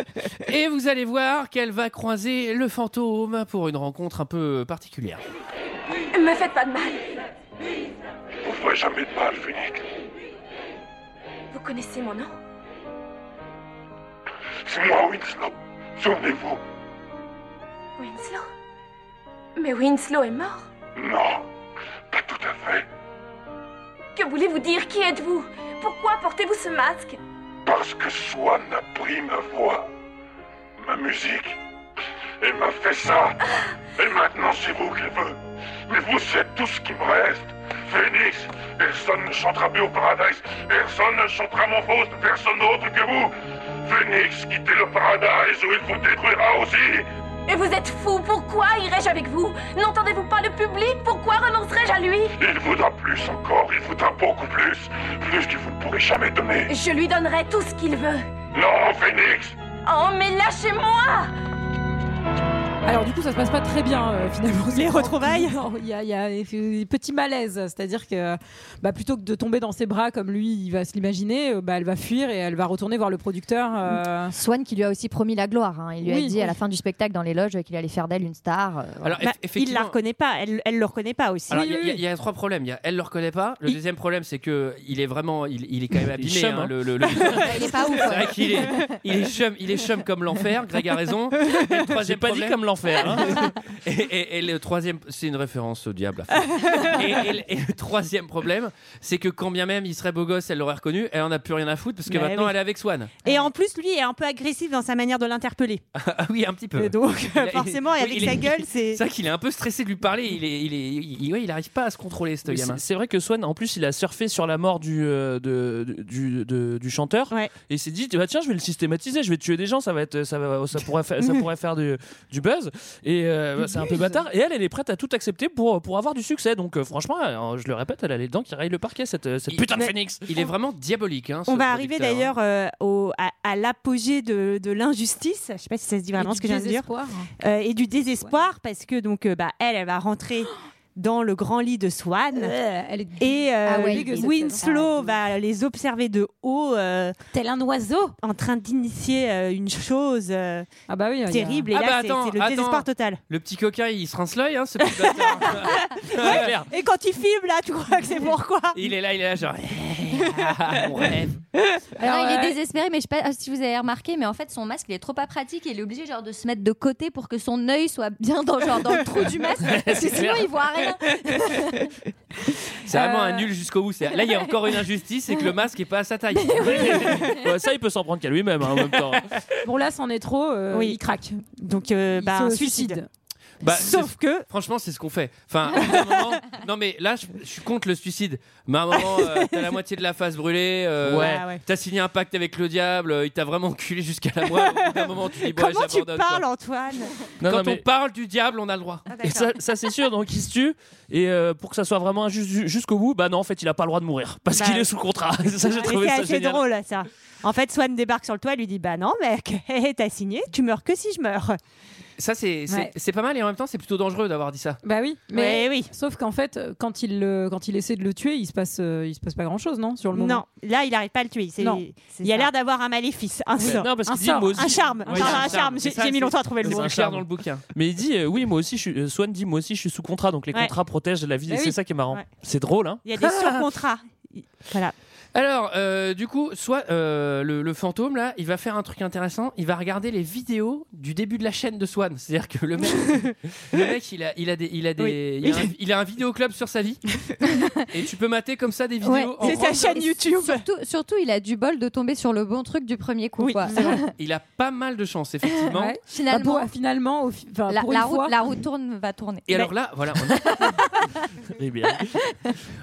Speaker 1: Et vous allez voir qu'elle va croiser le fantôme pour une rencontre un peu particulière.
Speaker 15: Me faites pas de mal.
Speaker 13: Vous ferez jamais de mal, Phoenix.
Speaker 15: Vous connaissez mon nom
Speaker 13: C'est moi, Winslow. Souvenez-vous.
Speaker 15: Winslow Mais Winslow est mort
Speaker 13: Non, pas tout à fait.
Speaker 15: Que voulez-vous dire Qui êtes-vous Pourquoi portez-vous ce masque
Speaker 13: Parce que Swan a pris ma voix, ma musique. Elle m'a fait ça. Et maintenant, c'est vous qu'elle veut. Mais vous êtes tout ce qui me reste. Phoenix, personne ne chantera plus au paradise. Personne ne chantera mon faute. Personne d'autre que vous. Phoenix, quittez le paradise ou il vous détruira aussi.
Speaker 15: Et vous êtes fou Pourquoi irais-je avec vous N'entendez-vous pas le public Pourquoi renoncerais-je à lui
Speaker 13: Il voudra plus encore. Il voudra beaucoup plus. Plus que vous ne pourrez jamais donner.
Speaker 15: Je lui donnerai tout ce qu'il veut.
Speaker 13: Non, Phoenix
Speaker 15: Oh, mais lâchez-moi
Speaker 10: Alors du coup, ça se passe pas très bien euh, finalement.
Speaker 11: Les retrouvailles
Speaker 10: Non, Il y a, il y a des petits malaises, c'est-à-dire que bah, plutôt que de tomber dans ses bras comme lui, il va se l'imaginer, euh, bah, elle va fuir et elle va retourner voir le producteur. euh,
Speaker 9: Swan qui lui a aussi promis la gloire. hein. Il lui
Speaker 10: Oui,
Speaker 9: a dit
Speaker 10: oui.
Speaker 9: à la fin du spectacle dans les loges qu'il allait faire d'elle une star. euh, voilà.
Speaker 1: Alors, eff- Bah, il effectivement- la
Speaker 11: reconnaît pas. Elle, elle le reconnaît pas aussi.
Speaker 1: Alors, il y a- il y, a- il y a trois problèmes. Il y a, elle le reconnaît pas. Le deuxième problème, c'est que il est vraiment, il, il est quand même abîmé.
Speaker 8: chum,
Speaker 1: hein,
Speaker 8: hein.
Speaker 1: le, le- le-
Speaker 9: Il est pas ouf, hein.
Speaker 1: C'est
Speaker 9: ouais.
Speaker 1: vrai qu'il est, il est chum, il est chum comme l'enfer. Greg a raison. Et le troisième
Speaker 8: pas dit
Speaker 1: problème-
Speaker 8: comme l'enfer, hein.
Speaker 1: et, et- et le troisième, c'est une référence au diable. à fond. et, et le- et le troisième problème, c'est que quand bien même il serait beau gosse, elle l'aurait reconnu. Elle en a plus rien à foutre parce que
Speaker 11: Bah
Speaker 1: maintenant
Speaker 11: oui.
Speaker 1: elle est avec Swan.
Speaker 10: Ah
Speaker 11: Et en plus, lui est un peu agressif dans sa manière de l'interpeller.
Speaker 1: Ah oui, un petit peu.
Speaker 11: Et donc,
Speaker 1: Il a-
Speaker 11: forcément,
Speaker 1: oui,
Speaker 11: et avec
Speaker 1: il
Speaker 11: sa
Speaker 1: est-
Speaker 11: gueule, c'est.
Speaker 1: C'est vrai qu'il est un peu stressé de lui parler. Il est, il est, il- ouais, il arrive pas à se contrôler, ce
Speaker 8: Oui,
Speaker 1: gamin.
Speaker 8: c'est- C'est vrai que Swan, en plus, il a surfé sur la mort du, euh, de- de- du, de- du chanteur et il s'est dit bah, tiens, je vais le systématiser, je vais tuer des gens, ça, va être, ça, va, ça, pourrait, faire, ça pourrait faire du, du buzz. Et euh, bah, c'est un peu bâtard. Et elle, elle est prête à tout accepter pour, pour avoir du succès. Donc, euh, franchement, euh, je le répète, elle a les dents qui raillent le parquet, cette, euh, cette putain de
Speaker 11: Mais-
Speaker 8: phénix.
Speaker 1: Il est vraiment diabolique. hein, ce
Speaker 11: On va arriver
Speaker 1: producteur, hein.
Speaker 11: d'ailleurs euh, au- à, à l'apogée de, de l'injustice. Je sais pas si ça se dit vraiment
Speaker 10: Et
Speaker 11: ce
Speaker 10: du
Speaker 11: que je viens de dire.
Speaker 10: désespoir.
Speaker 11: Euh, et du désespoir parce que donc euh, bah, elle, elle va rentrer dans le grand lit de Swan.
Speaker 10: Euh, elle est
Speaker 11: Et euh,
Speaker 10: Ah ouais, dégueu, cette
Speaker 11: Winslow va les observer de haut. euh,
Speaker 10: Tel un oiseau.
Speaker 11: En train d'initier euh, une chose euh,
Speaker 10: il y a-
Speaker 11: terrible. Et
Speaker 1: Ah
Speaker 11: là,
Speaker 1: bah
Speaker 11: c'est-
Speaker 1: attends,
Speaker 11: c'est le
Speaker 1: attends.
Speaker 11: désespoir total.
Speaker 1: Le petit coquin, il se rince l'œil, hein, ce petit bâtard.
Speaker 11: Ouais,
Speaker 1: clair.
Speaker 11: Et quand il filme, là, tu crois que c'est pourquoi
Speaker 1: Il est là, il est là, genre. Ah, mon rêve.
Speaker 9: Non, il
Speaker 11: ouais.
Speaker 9: est désespéré, mais je sais pas si vous avez remarqué, mais en fait son masque il est trop pas pratique et il est obligé genre de se mettre de côté pour que son œil soit bien dans, genre, dans le trou du masque, parce que
Speaker 1: C'est
Speaker 9: sinon
Speaker 1: clair.
Speaker 9: il voit rien.
Speaker 1: C'est vraiment
Speaker 11: Euh.
Speaker 1: un nul jusqu'au bout. C'est- Là, il y a encore une injustice, c'est que le masque est pas à sa taille.
Speaker 8: Ouais, ça, il peut s'en prendre qu'à lui-même hein, en même temps.
Speaker 10: Bon là, c'en est trop. euh, Il craque.
Speaker 11: Donc, euh,
Speaker 10: Il
Speaker 11: bah,
Speaker 10: se
Speaker 11: un suicide.
Speaker 1: Bah,
Speaker 11: Sauf
Speaker 1: c'est-
Speaker 11: que.
Speaker 1: Franchement, c'est ce qu'on fait. Enfin, au bout d'un moment- non, mais là, je, je suis contre le suicide. Mais à un moment, euh, t'as la moitié de la face brûlée. euh,
Speaker 11: Ouais. Ah ouais.
Speaker 1: T'as signé un pacte avec le diable. euh, il t'a vraiment enculé jusqu'à la mort. Au bout d'un moment, tu dis bon,
Speaker 11: Comment tu
Speaker 1: j'abandonne, quoi.
Speaker 11: parles, Antoine Ah,
Speaker 1: Quand
Speaker 8: Non, non,
Speaker 1: on
Speaker 8: mais-
Speaker 1: parle du diable, on a le droit.
Speaker 8: Et ça, ça, c'est sûr, donc il se tue. Et euh, pour que ça soit vraiment injuste ju- jusqu'au bout, bah non, en fait, il a pas le droit de mourir parce
Speaker 11: Bah,
Speaker 8: qu'il est sous contrat. ça, j'ai
Speaker 11: Et
Speaker 8: trouvé
Speaker 11: c'est
Speaker 8: ça
Speaker 11: assez
Speaker 8: génial.
Speaker 11: drôle, ça. En fait, Swan débarque sur le toit et lui dit Bah non, mec, hé, hé, t'as signé, tu meurs que si je meurs.
Speaker 1: Ça, c'est c'est-
Speaker 11: Ouais.
Speaker 1: c'est pas mal et en même temps, c'est plutôt dangereux d'avoir dit ça.
Speaker 10: Bah oui, mais
Speaker 11: Ouais, oui.
Speaker 10: Sauf qu'en fait, euh, quand il le- quand il essaie de le tuer, il se passe euh, il se passe pas grand chose, non, sur le moment.
Speaker 11: Non, là, il n'arrive pas à le tuer. C'est-
Speaker 10: Non.
Speaker 11: il y a l'air d'avoir un maléfice, un sort,
Speaker 8: Non, parce
Speaker 11: un,
Speaker 8: qu'il dit
Speaker 11: sort,
Speaker 8: moi aussi-
Speaker 11: un charme,
Speaker 8: Ouais,
Speaker 11: un
Speaker 8: il a
Speaker 11: charme,
Speaker 8: un
Speaker 11: un
Speaker 8: charme.
Speaker 11: charme.
Speaker 8: C'est
Speaker 11: J'ai
Speaker 8: ça,
Speaker 11: j'ai mis
Speaker 8: c'est-
Speaker 11: longtemps à trouver le
Speaker 8: c'est
Speaker 11: mot.
Speaker 8: un charme.
Speaker 1: bouquin.
Speaker 8: Mais il dit euh, oui, moi aussi, je suis, euh, Swan dit moi aussi, je suis sous contrat, donc les
Speaker 11: Ouais.
Speaker 8: contrats protègent la vie.
Speaker 11: Bah
Speaker 8: et
Speaker 11: oui.
Speaker 8: C'est ça qui est marrant.
Speaker 11: Ouais.
Speaker 8: C'est drôle, hein.
Speaker 11: Il y a des surcontrats. Voilà.
Speaker 1: Alors, euh, du coup, soit euh, le, le fantôme là, il va faire un truc intéressant. Il va regarder les vidéos du début de la chaîne de Swan. C'est-à-dire que le mec, le mec, il a, il a des, il a des,
Speaker 11: Oui.
Speaker 1: il, a un, il a un vidéoclub sur sa vie. et tu peux mater comme ça des vidéos.
Speaker 9: Ouais.
Speaker 1: en rentrant.
Speaker 11: YouTube.
Speaker 9: Surtout, surtout, il a du bol de tomber sur le bon truc du premier coup. quoi.
Speaker 1: Il a pas mal de chance, effectivement.
Speaker 9: Ouais. Finalement.
Speaker 10: Bah, pour- finalement, au fi- enfin,
Speaker 9: la,
Speaker 10: pour
Speaker 9: la
Speaker 10: une fois-
Speaker 9: route, la route tourne, va tourner.
Speaker 1: Et euh, alors là, voilà, on,
Speaker 8: Eh bien.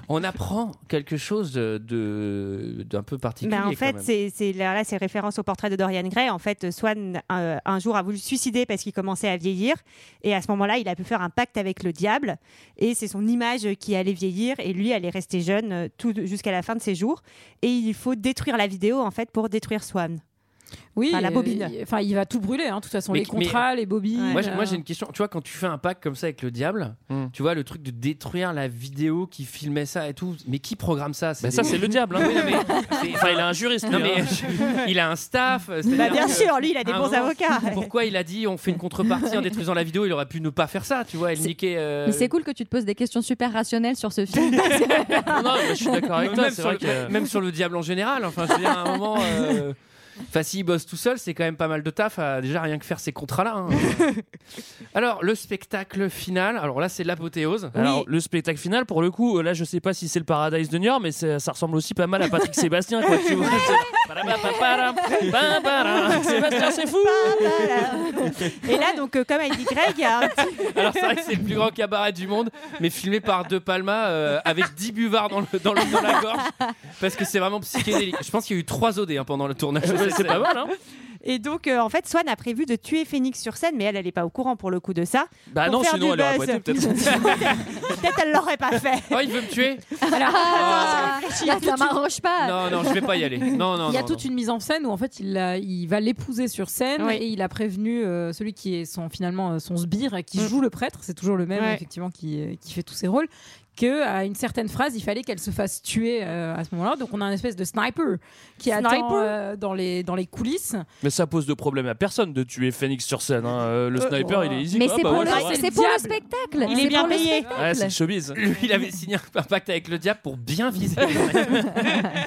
Speaker 1: on apprend quelque chose de- de d'un peu particulier.
Speaker 11: Ben, en
Speaker 1: quand
Speaker 11: fait,
Speaker 1: même.
Speaker 11: c'est c'est- là, là, c'est référence au portrait de Dorian Gray. En fait, Swan, un, un jour, a voulu se suicider parce qu'il commençait à vieillir. Et à ce moment-là, il a pu faire un pacte avec le diable. Et c'est son image qui allait vieillir. Et lui allait rester jeune euh, tout jusqu'à la fin de ses jours. Et il faut détruire la vidéo, en fait, pour détruire Swan.
Speaker 10: Oui,
Speaker 11: Enfin, la
Speaker 10: euh,
Speaker 11: bobine.
Speaker 10: il- Enfin, il va tout brûler, hein, de toute façon,
Speaker 1: Mais-
Speaker 10: les contrats,
Speaker 1: mais-
Speaker 10: les bobines.
Speaker 1: Moi, j'ai- moi, j'ai
Speaker 10: euh,
Speaker 1: une question. Tu vois, quand tu fais un pacte comme ça avec le diable,
Speaker 8: Hmm.
Speaker 1: tu vois, le truc de détruire la vidéo qui filmait ça et tout, mais qui programme ça
Speaker 8: Bah, ça, c'est le diable, hein.
Speaker 1: Oui, non, mais c'est-
Speaker 8: Enfin, il a un juriste,
Speaker 1: Non,
Speaker 8: lui,
Speaker 1: mais
Speaker 8: hein.
Speaker 1: je- il a un staff. euh, c'est-à-dire
Speaker 11: Bah, bien
Speaker 1: que-
Speaker 11: sûr, lui, il a des
Speaker 8: Ah
Speaker 1: à un
Speaker 11: bons
Speaker 1: moment,
Speaker 11: avocats.
Speaker 1: Pourquoi il a dit on fait une contrepartie en détruisant la vidéo Il aurait pu ne pas faire ça, tu vois. Il niquait. euh,
Speaker 9: Mais c'est cool que tu te poses des questions super rationnelles sur ce film. parce que-
Speaker 8: Non, non, mais je suis d'accord avec
Speaker 1: même
Speaker 8: toi.
Speaker 1: sur
Speaker 8: C'est vrai
Speaker 1: le-
Speaker 8: que.
Speaker 1: Même sur le diable en général. Enfin, je veux dire, à un moment. euh, Enfin, s'il bosse tout seul, c'est quand même pas mal de taf. à déjà, rien que faire ces contrats-là. hein. alors, le spectacle final. Alors là, c'est l'apothéose.
Speaker 8: Alors, le spectacle final, pour le coup, euh, là, je sais pas si c'est le Paradise de Niort, mais ça, ça ressemble aussi pas mal à Patrick Sébastien, quoi. tu vois. Sébastien, c'est fou
Speaker 11: Et là, donc, euh, comme a dit Greg, il y a un petit-
Speaker 1: Alors c'est vrai que c'est le plus grand cabaret du monde, mais filmé par De Palma euh, avec 10 buvards dans, le, dans, le- dans la gorge, parce que c'est vraiment psychédélique. Je pense qu'il y a eu 3 OD hein, pendant le tournage. de cette
Speaker 8: C'est pas
Speaker 1: scène.
Speaker 8: mal, hein
Speaker 11: Et donc, euh, en fait, Swan a prévu de tuer Phoenix sur scène, mais elle, elle n'est pas au courant pour le coup de ça.
Speaker 8: Bah
Speaker 11: Pour
Speaker 8: non,
Speaker 11: faire
Speaker 8: sinon
Speaker 11: du
Speaker 8: elle aurait
Speaker 11: buzz.
Speaker 8: boité, peut-être.
Speaker 11: Peut-être elle l'aurait pas fait.
Speaker 1: Oh, il veut me tuer
Speaker 11: Alors,
Speaker 1: Ah,
Speaker 10: là, ça
Speaker 9: m'arrange pas.
Speaker 1: Non, non, je vais pas y aller. Non, non,
Speaker 10: il y a
Speaker 1: non,
Speaker 10: toute une mise en scène où en fait il, a- il va l'épouser sur scène
Speaker 1: Oui.
Speaker 10: et il a prévenu euh, celui qui est son finalement euh, son sbire et qui joue le prêtre, c'est toujours le même
Speaker 11: Mm. Ouais.
Speaker 10: effectivement qui, euh, qui fait tous ses rôles, que à une certaine phrase il fallait qu'elle se fasse tuer euh, à ce moment-là. Donc on a un espèce de sniper qui attend
Speaker 11: Sniper
Speaker 10: euh, dans les dans les coulisses.
Speaker 8: Mais ça pose de problème à personne de tuer Phoenix sur scène. hein. Euh, Le
Speaker 10: Euh,
Speaker 8: sniper,
Speaker 10: ouais.
Speaker 8: il est easy.
Speaker 9: Mais
Speaker 8: quoi.
Speaker 9: c'est
Speaker 8: Bah
Speaker 9: pour,
Speaker 8: ouais,
Speaker 9: le,
Speaker 8: ça va.
Speaker 9: c'est pour le spectacle.
Speaker 11: Il est
Speaker 9: C'est
Speaker 11: bien
Speaker 9: pour le
Speaker 11: payé.
Speaker 9: spectacle.
Speaker 8: Ouais, c'est le showbiz.
Speaker 1: Lui, il avait signé un pacte avec le diable pour bien viser.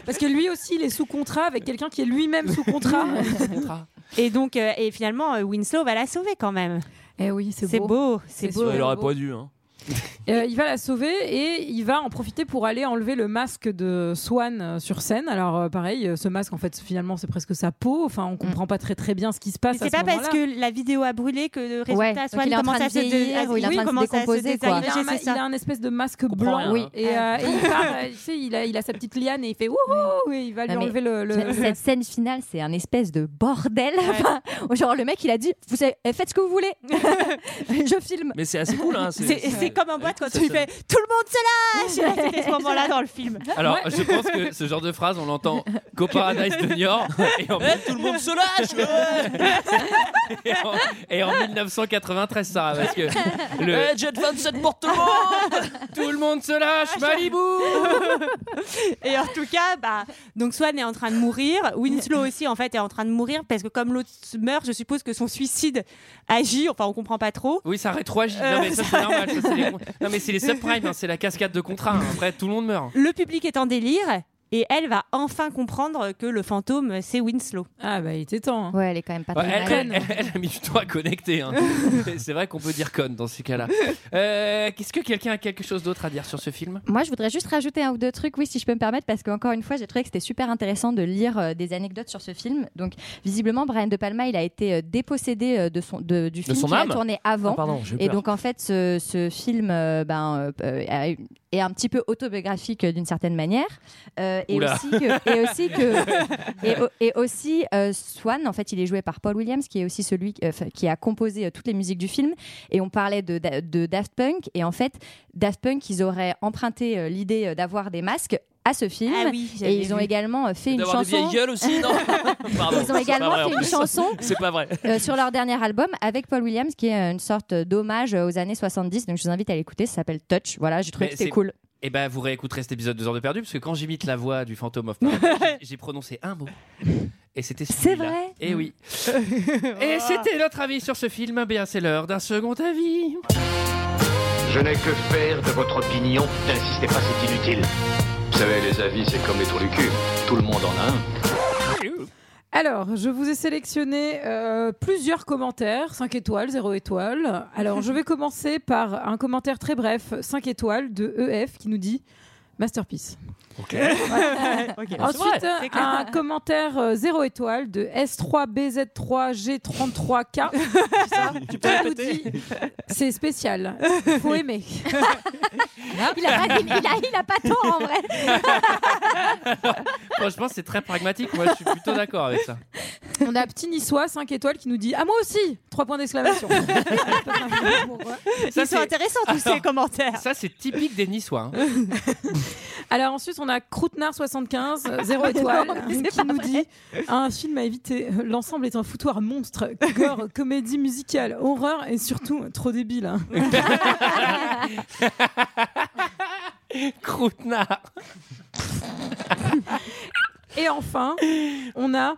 Speaker 10: Parce que lui aussi il est sous contrat avec quelqu'un qui est lui-même sous contrat.
Speaker 11: Et donc, euh, et finalement, euh, Winslow va la sauver quand même.
Speaker 10: Eh oui, c'est
Speaker 11: beau. C'est beau.
Speaker 8: Ouais, Il aurait pas dû. hein.
Speaker 10: Euh, il va la sauver et il va en profiter pour aller enlever le masque de Swan euh, sur scène. Alors euh, pareil, euh, ce masque en fait finalement c'est presque sa peau. Enfin on comprend pas très très bien ce qui se passe.
Speaker 11: Mais c'est
Speaker 10: à
Speaker 11: pas
Speaker 10: ce
Speaker 11: parce
Speaker 10: moment-là.
Speaker 11: que la vidéo a brûlé que le résultat
Speaker 9: Ouais, donc
Speaker 11: Swan
Speaker 9: il est en
Speaker 11: commence
Speaker 9: train
Speaker 11: à
Speaker 9: de
Speaker 11: se, dé-
Speaker 9: vieillir, ou il est en
Speaker 11: oui,
Speaker 9: train de se
Speaker 11: commence à se
Speaker 9: décomposer, quoi.
Speaker 10: il a, un,
Speaker 11: désagréger,
Speaker 10: ma-
Speaker 11: c'est ça.
Speaker 10: il a un espèce de masque
Speaker 9: comprend
Speaker 10: blanc
Speaker 9: rien, là.
Speaker 10: et, euh, et il part, euh, tu sais, il a, il a sa petite liane et il fait wouhou et il va
Speaker 11: Ah,
Speaker 10: lui
Speaker 9: Non, mais
Speaker 10: enlever le, le-
Speaker 9: cette-
Speaker 10: le
Speaker 9: Cette scène finale, c'est un espèce de bordel. Enfin, Genre, le mec, il a dit vous savez, eh, Faites ce que vous voulez. Je filme.
Speaker 8: Mais c'est euh, assez cool. Hein.
Speaker 11: C'est c'est comme en boîte quand tu fais tout le monde se lâche. Et là, C'était ce moment-là dans le film.
Speaker 1: Alors, je pense que ce genre de phrase, on l'entend qu'au Paradise de Niort. Et en,
Speaker 8: Eh, tout le monde se lâche
Speaker 1: et en- et en 1993, Sarah, parce que le,
Speaker 8: Eh, Jet 27 pour tout le monde
Speaker 1: tout le monde se lâche, Malibu
Speaker 11: Et en tout cas, bah, donc Swan est en train de mourir. Winslow aussi, en fait, est en train de mourir parce que comme l'autre meurt, je suppose que son suicide agit. Enfin, on comprend pas trop.
Speaker 1: Oui, ça rétroagit.
Speaker 11: Euh,
Speaker 1: Non, mais ça, c'est normal. ça, c'est les... con- Non, mais c'est les subprimes, hein, c'est la cascade de contrats. hein. Après, tout le monde meurt.
Speaker 11: Le public est en délire et elle va enfin comprendre que le fantôme, c'est Winslow.
Speaker 10: Ah bah il était temps. hein.
Speaker 9: Ouais, elle est quand même pas
Speaker 1: Ouais,
Speaker 9: très
Speaker 1: elle,
Speaker 9: mal.
Speaker 1: elle- elle- elle a mis du temps à connecter. hein. c'est vrai qu'on peut dire conne dans ces cas-là. Euh, Qu'est-ce que quelqu'un a quelque chose d'autre à dire sur ce film
Speaker 9: Moi, je voudrais juste rajouter un ou deux trucs, oui, si je peux me permettre, parce qu'encore une fois, j'ai trouvé que c'était super intéressant de lire euh, des anecdotes sur ce film. Donc, visiblement, Brian De Palma, il a été euh, dépossédé euh, de son, de- du film
Speaker 8: son
Speaker 9: qu'il a
Speaker 8: âme
Speaker 9: tourné avant.
Speaker 8: Ah, pardon, j'ai
Speaker 9: et
Speaker 8: peur.
Speaker 9: donc, en fait, ce, ce film euh, ben, euh, euh, a eu- est un petit peu autobiographique euh, d'une certaine manière. Euh, et,
Speaker 8: Oula.
Speaker 9: aussi que, et aussi que- et, au- et aussi, euh, Swan, en fait, il est joué par Paul Williams, qui est aussi celui euh, enfin, qui a composé euh, toutes les musiques du film. Et on parlait de, Da- de Daft Punk. Et en fait, Daft Punk, ils auraient emprunté euh, l'idée euh, d'avoir des masques à ce film.
Speaker 11: Ah oui, j'avais
Speaker 9: et ils ont
Speaker 11: vu.
Speaker 9: également euh, fait une
Speaker 8: D'avoir des
Speaker 9: chanson.
Speaker 8: vieilles gueules aussi, non Pardon,
Speaker 9: Ils
Speaker 8: c'est
Speaker 9: ont
Speaker 8: pas
Speaker 9: également
Speaker 8: vrai, en
Speaker 9: fait une
Speaker 8: plus.
Speaker 9: chanson.
Speaker 8: C'est pas vrai.
Speaker 9: euh, sur leur dernier album avec Paul Williams qui est euh, une sorte d'hommage euh, aux années 70 donc je vous invite à l'écouter ça s'appelle Touch voilà j'ai trouvé
Speaker 1: Mais
Speaker 9: que c'était
Speaker 1: c'est-
Speaker 9: cool
Speaker 1: Eh ben, vous réécouterez cet épisode 2 heures de perdu, parce que quand j'imite la voix du fantôme of Paradise, j'ai j'ai prononcé un mot. Et c'était
Speaker 9: C'est
Speaker 1: celui-là.
Speaker 9: vrai Oh.
Speaker 1: Eh oui. Et c'était notre avis sur ce film. Eh Bien, c'est l'heure d'un second avis.
Speaker 16: Je n'ai que faire de votre opinion. N'insistez pas, c'est inutile. Vous savez, les avis, c'est comme les trous du cul. Tout le monde en a un.
Speaker 10: Alors, je vous ai sélectionné euh, plusieurs commentaires, 5 étoiles, 0 étoiles. Alors, je vais commencer par un commentaire très bref, 5 étoiles, de EF, qui nous dit « Masterpiece
Speaker 8: Ok.
Speaker 10: Ensuite, un commentaire 0 étoile de S3BZ3G33K. Qui nous dit, C'est spécial, faut aimer.
Speaker 9: il a pas, il a- il a pas tort en vrai
Speaker 1: Franchement, c'est très pragmatique. Moi, je suis plutôt d'accord avec ça.
Speaker 10: On a Petit Niçois, 5 étoiles, qui nous dit Ah, moi aussi 3 points d'exclamation.
Speaker 1: Ça,
Speaker 10: Ils sont
Speaker 1: c'est-
Speaker 10: intéressants, tous
Speaker 11: Ah.
Speaker 10: ces commentaires.
Speaker 1: Ça, c'est typique des Niçois. hein.
Speaker 10: Alors ensuite, on a Croutenard75, 0 étoile,
Speaker 1: Non,
Speaker 10: qui nous dit un film à éviter. Euh, L'ensemble est un foutoir monstre, gore, comédie musicale, horreur et surtout trop débile. hein.
Speaker 1: Croutenard.
Speaker 10: Et enfin, on a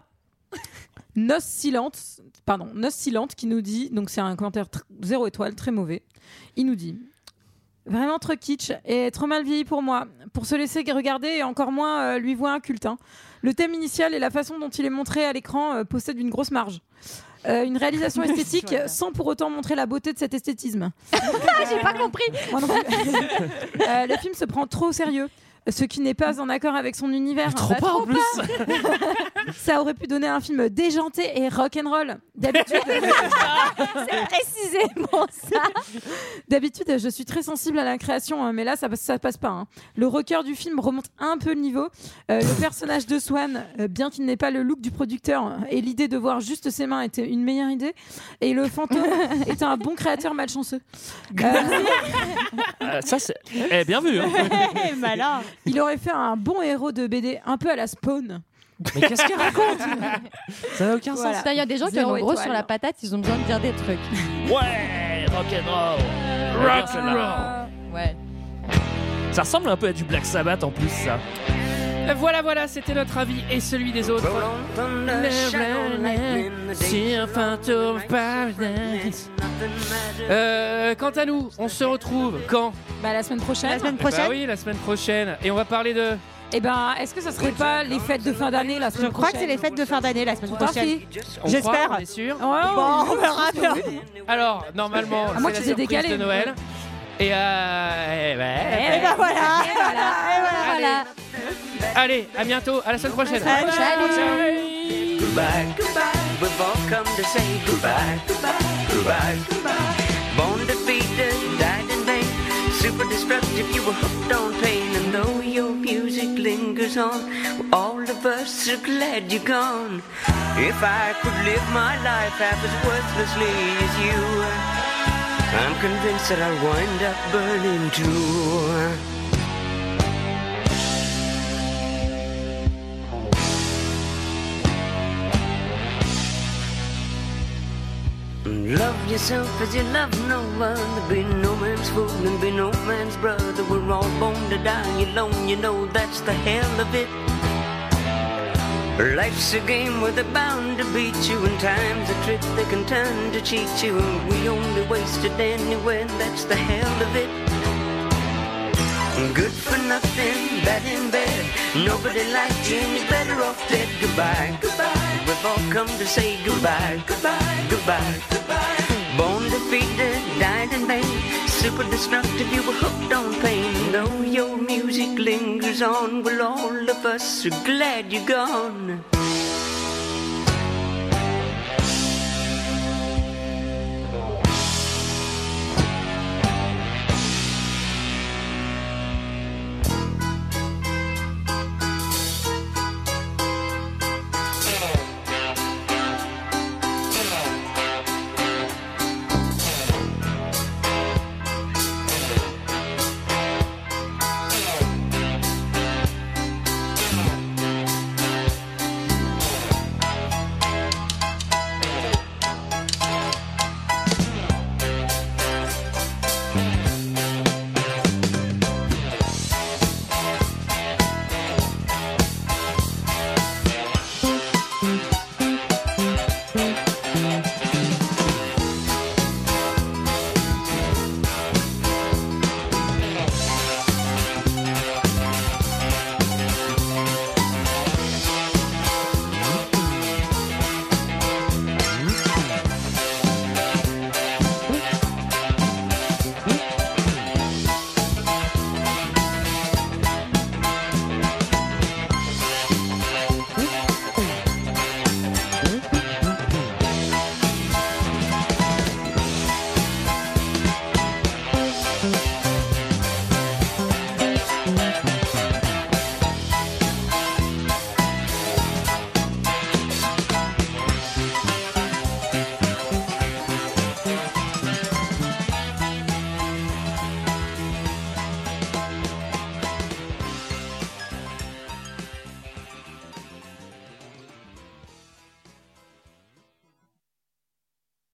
Speaker 10: Noce Silente, pardon, Noce Silente qui nous dit, donc c'est un commentaire tr- zéro étoile, très mauvais. Il nous dit Vraiment trop kitsch et trop mal vieilli pour moi. Pour se laisser regarder et encore moins euh, lui voir un culte. hein. Le thème initial et la façon dont il est montré à l'écran euh, possèdent une grosse marge. Euh, une réalisation esthétique sans pour autant montrer la beauté de cet esthétisme.
Speaker 11: J'ai pas compris.
Speaker 10: Euh, le film se prend trop au sérieux. Ce qui n'est pas en accord avec son univers. Bah, Trop
Speaker 8: pas, en plus.
Speaker 10: Ça aurait pu donner un film déjanté et rock'n'roll. D'habitude,
Speaker 11: C'est précisément ça.
Speaker 10: D'habitude, je suis très sensible à la création, hein, mais là, ça, passe- ça passe pas. hein. Le rocker du film remonte un peu le niveau. Euh, le personnage de Swan, euh, bien qu'il n'ait pas le look du producteur euh, et l'idée de voir juste ses mains était une meilleure idée, et le fantôme est un bon créateur malchanceux. Euh,
Speaker 8: Ah, ça, c'est. Eh, bien vu. hein.
Speaker 11: Eh,
Speaker 10: Il aurait fait un bon héros de BD, un peu à la Spawn.
Speaker 8: Mais qu'est-ce qu'il raconte Ça n'a aucun
Speaker 9: Putain, Il y a des gens qui en ont
Speaker 10: Zéro
Speaker 9: gros
Speaker 10: étoile.
Speaker 9: sur la patate, ils ont besoin de dire des trucs.
Speaker 8: sens. Ouais, rock'n'roll. Rock
Speaker 9: Ouais.
Speaker 8: Ça ressemble un peu à du Black Sabbath en plus, ça.
Speaker 1: Voilà, voilà, c'était notre avis et celui des autres. Sur Phantom Paradise. Euh, quant à nous, on se retrouve quand
Speaker 10: Bah, la semaine prochaine.
Speaker 1: Eh ben
Speaker 11: Bah
Speaker 1: oui, la semaine prochaine. Et on va parler de.
Speaker 10: Eh ben, est-ce que ça serait pas les fêtes de fin d'année la semaine
Speaker 11: Je crois que c'est les fêtes de fin d'année la semaine
Speaker 10: Tant
Speaker 11: prochaine.
Speaker 10: pis.
Speaker 1: On
Speaker 11: J'espère.
Speaker 1: croit, on est sûr.
Speaker 11: Bon, on verra bien.
Speaker 1: Alors, normalement,
Speaker 11: À moins
Speaker 1: c'est
Speaker 11: qu'ils
Speaker 1: la
Speaker 11: aient
Speaker 1: surprise
Speaker 11: décalé.
Speaker 1: de Noël. Et euh, eh ben,
Speaker 11: Et ben voilà. Et voilà. Et voilà.
Speaker 1: Allez, à bientôt, à la semaine prochaine.
Speaker 11: Salut.
Speaker 14: Goodbye, goodbye. We've all come to say goodbye, goodbye, goodbye, goodbye. Born defeated, died in vain. Super destructive, you were hooked on pain. And though your music lingers on, all of us are glad you're gone. If I could live my life half as worthlessly as you, I'm convinced that I'll wind up burning too. Love yourself as you love no one. Be no man's fool and be no man's brother. We're all born to die alone, you know that's the hell of it. Life's a game where they're bound to beat you, and time's a trick they can turn to cheat you. And we only waste it anyway, that's the hell of it. Good for nothing, bad in bed. Nobody likes you, and you're better off dead. Goodbye, goodbye. We've all come to say goodbye, goodbye, goodbye, goodbye. Born defeated, died in vain. Super destructive, you were hooked on pain. Though your music lingers on, well, all of us are glad you're gone.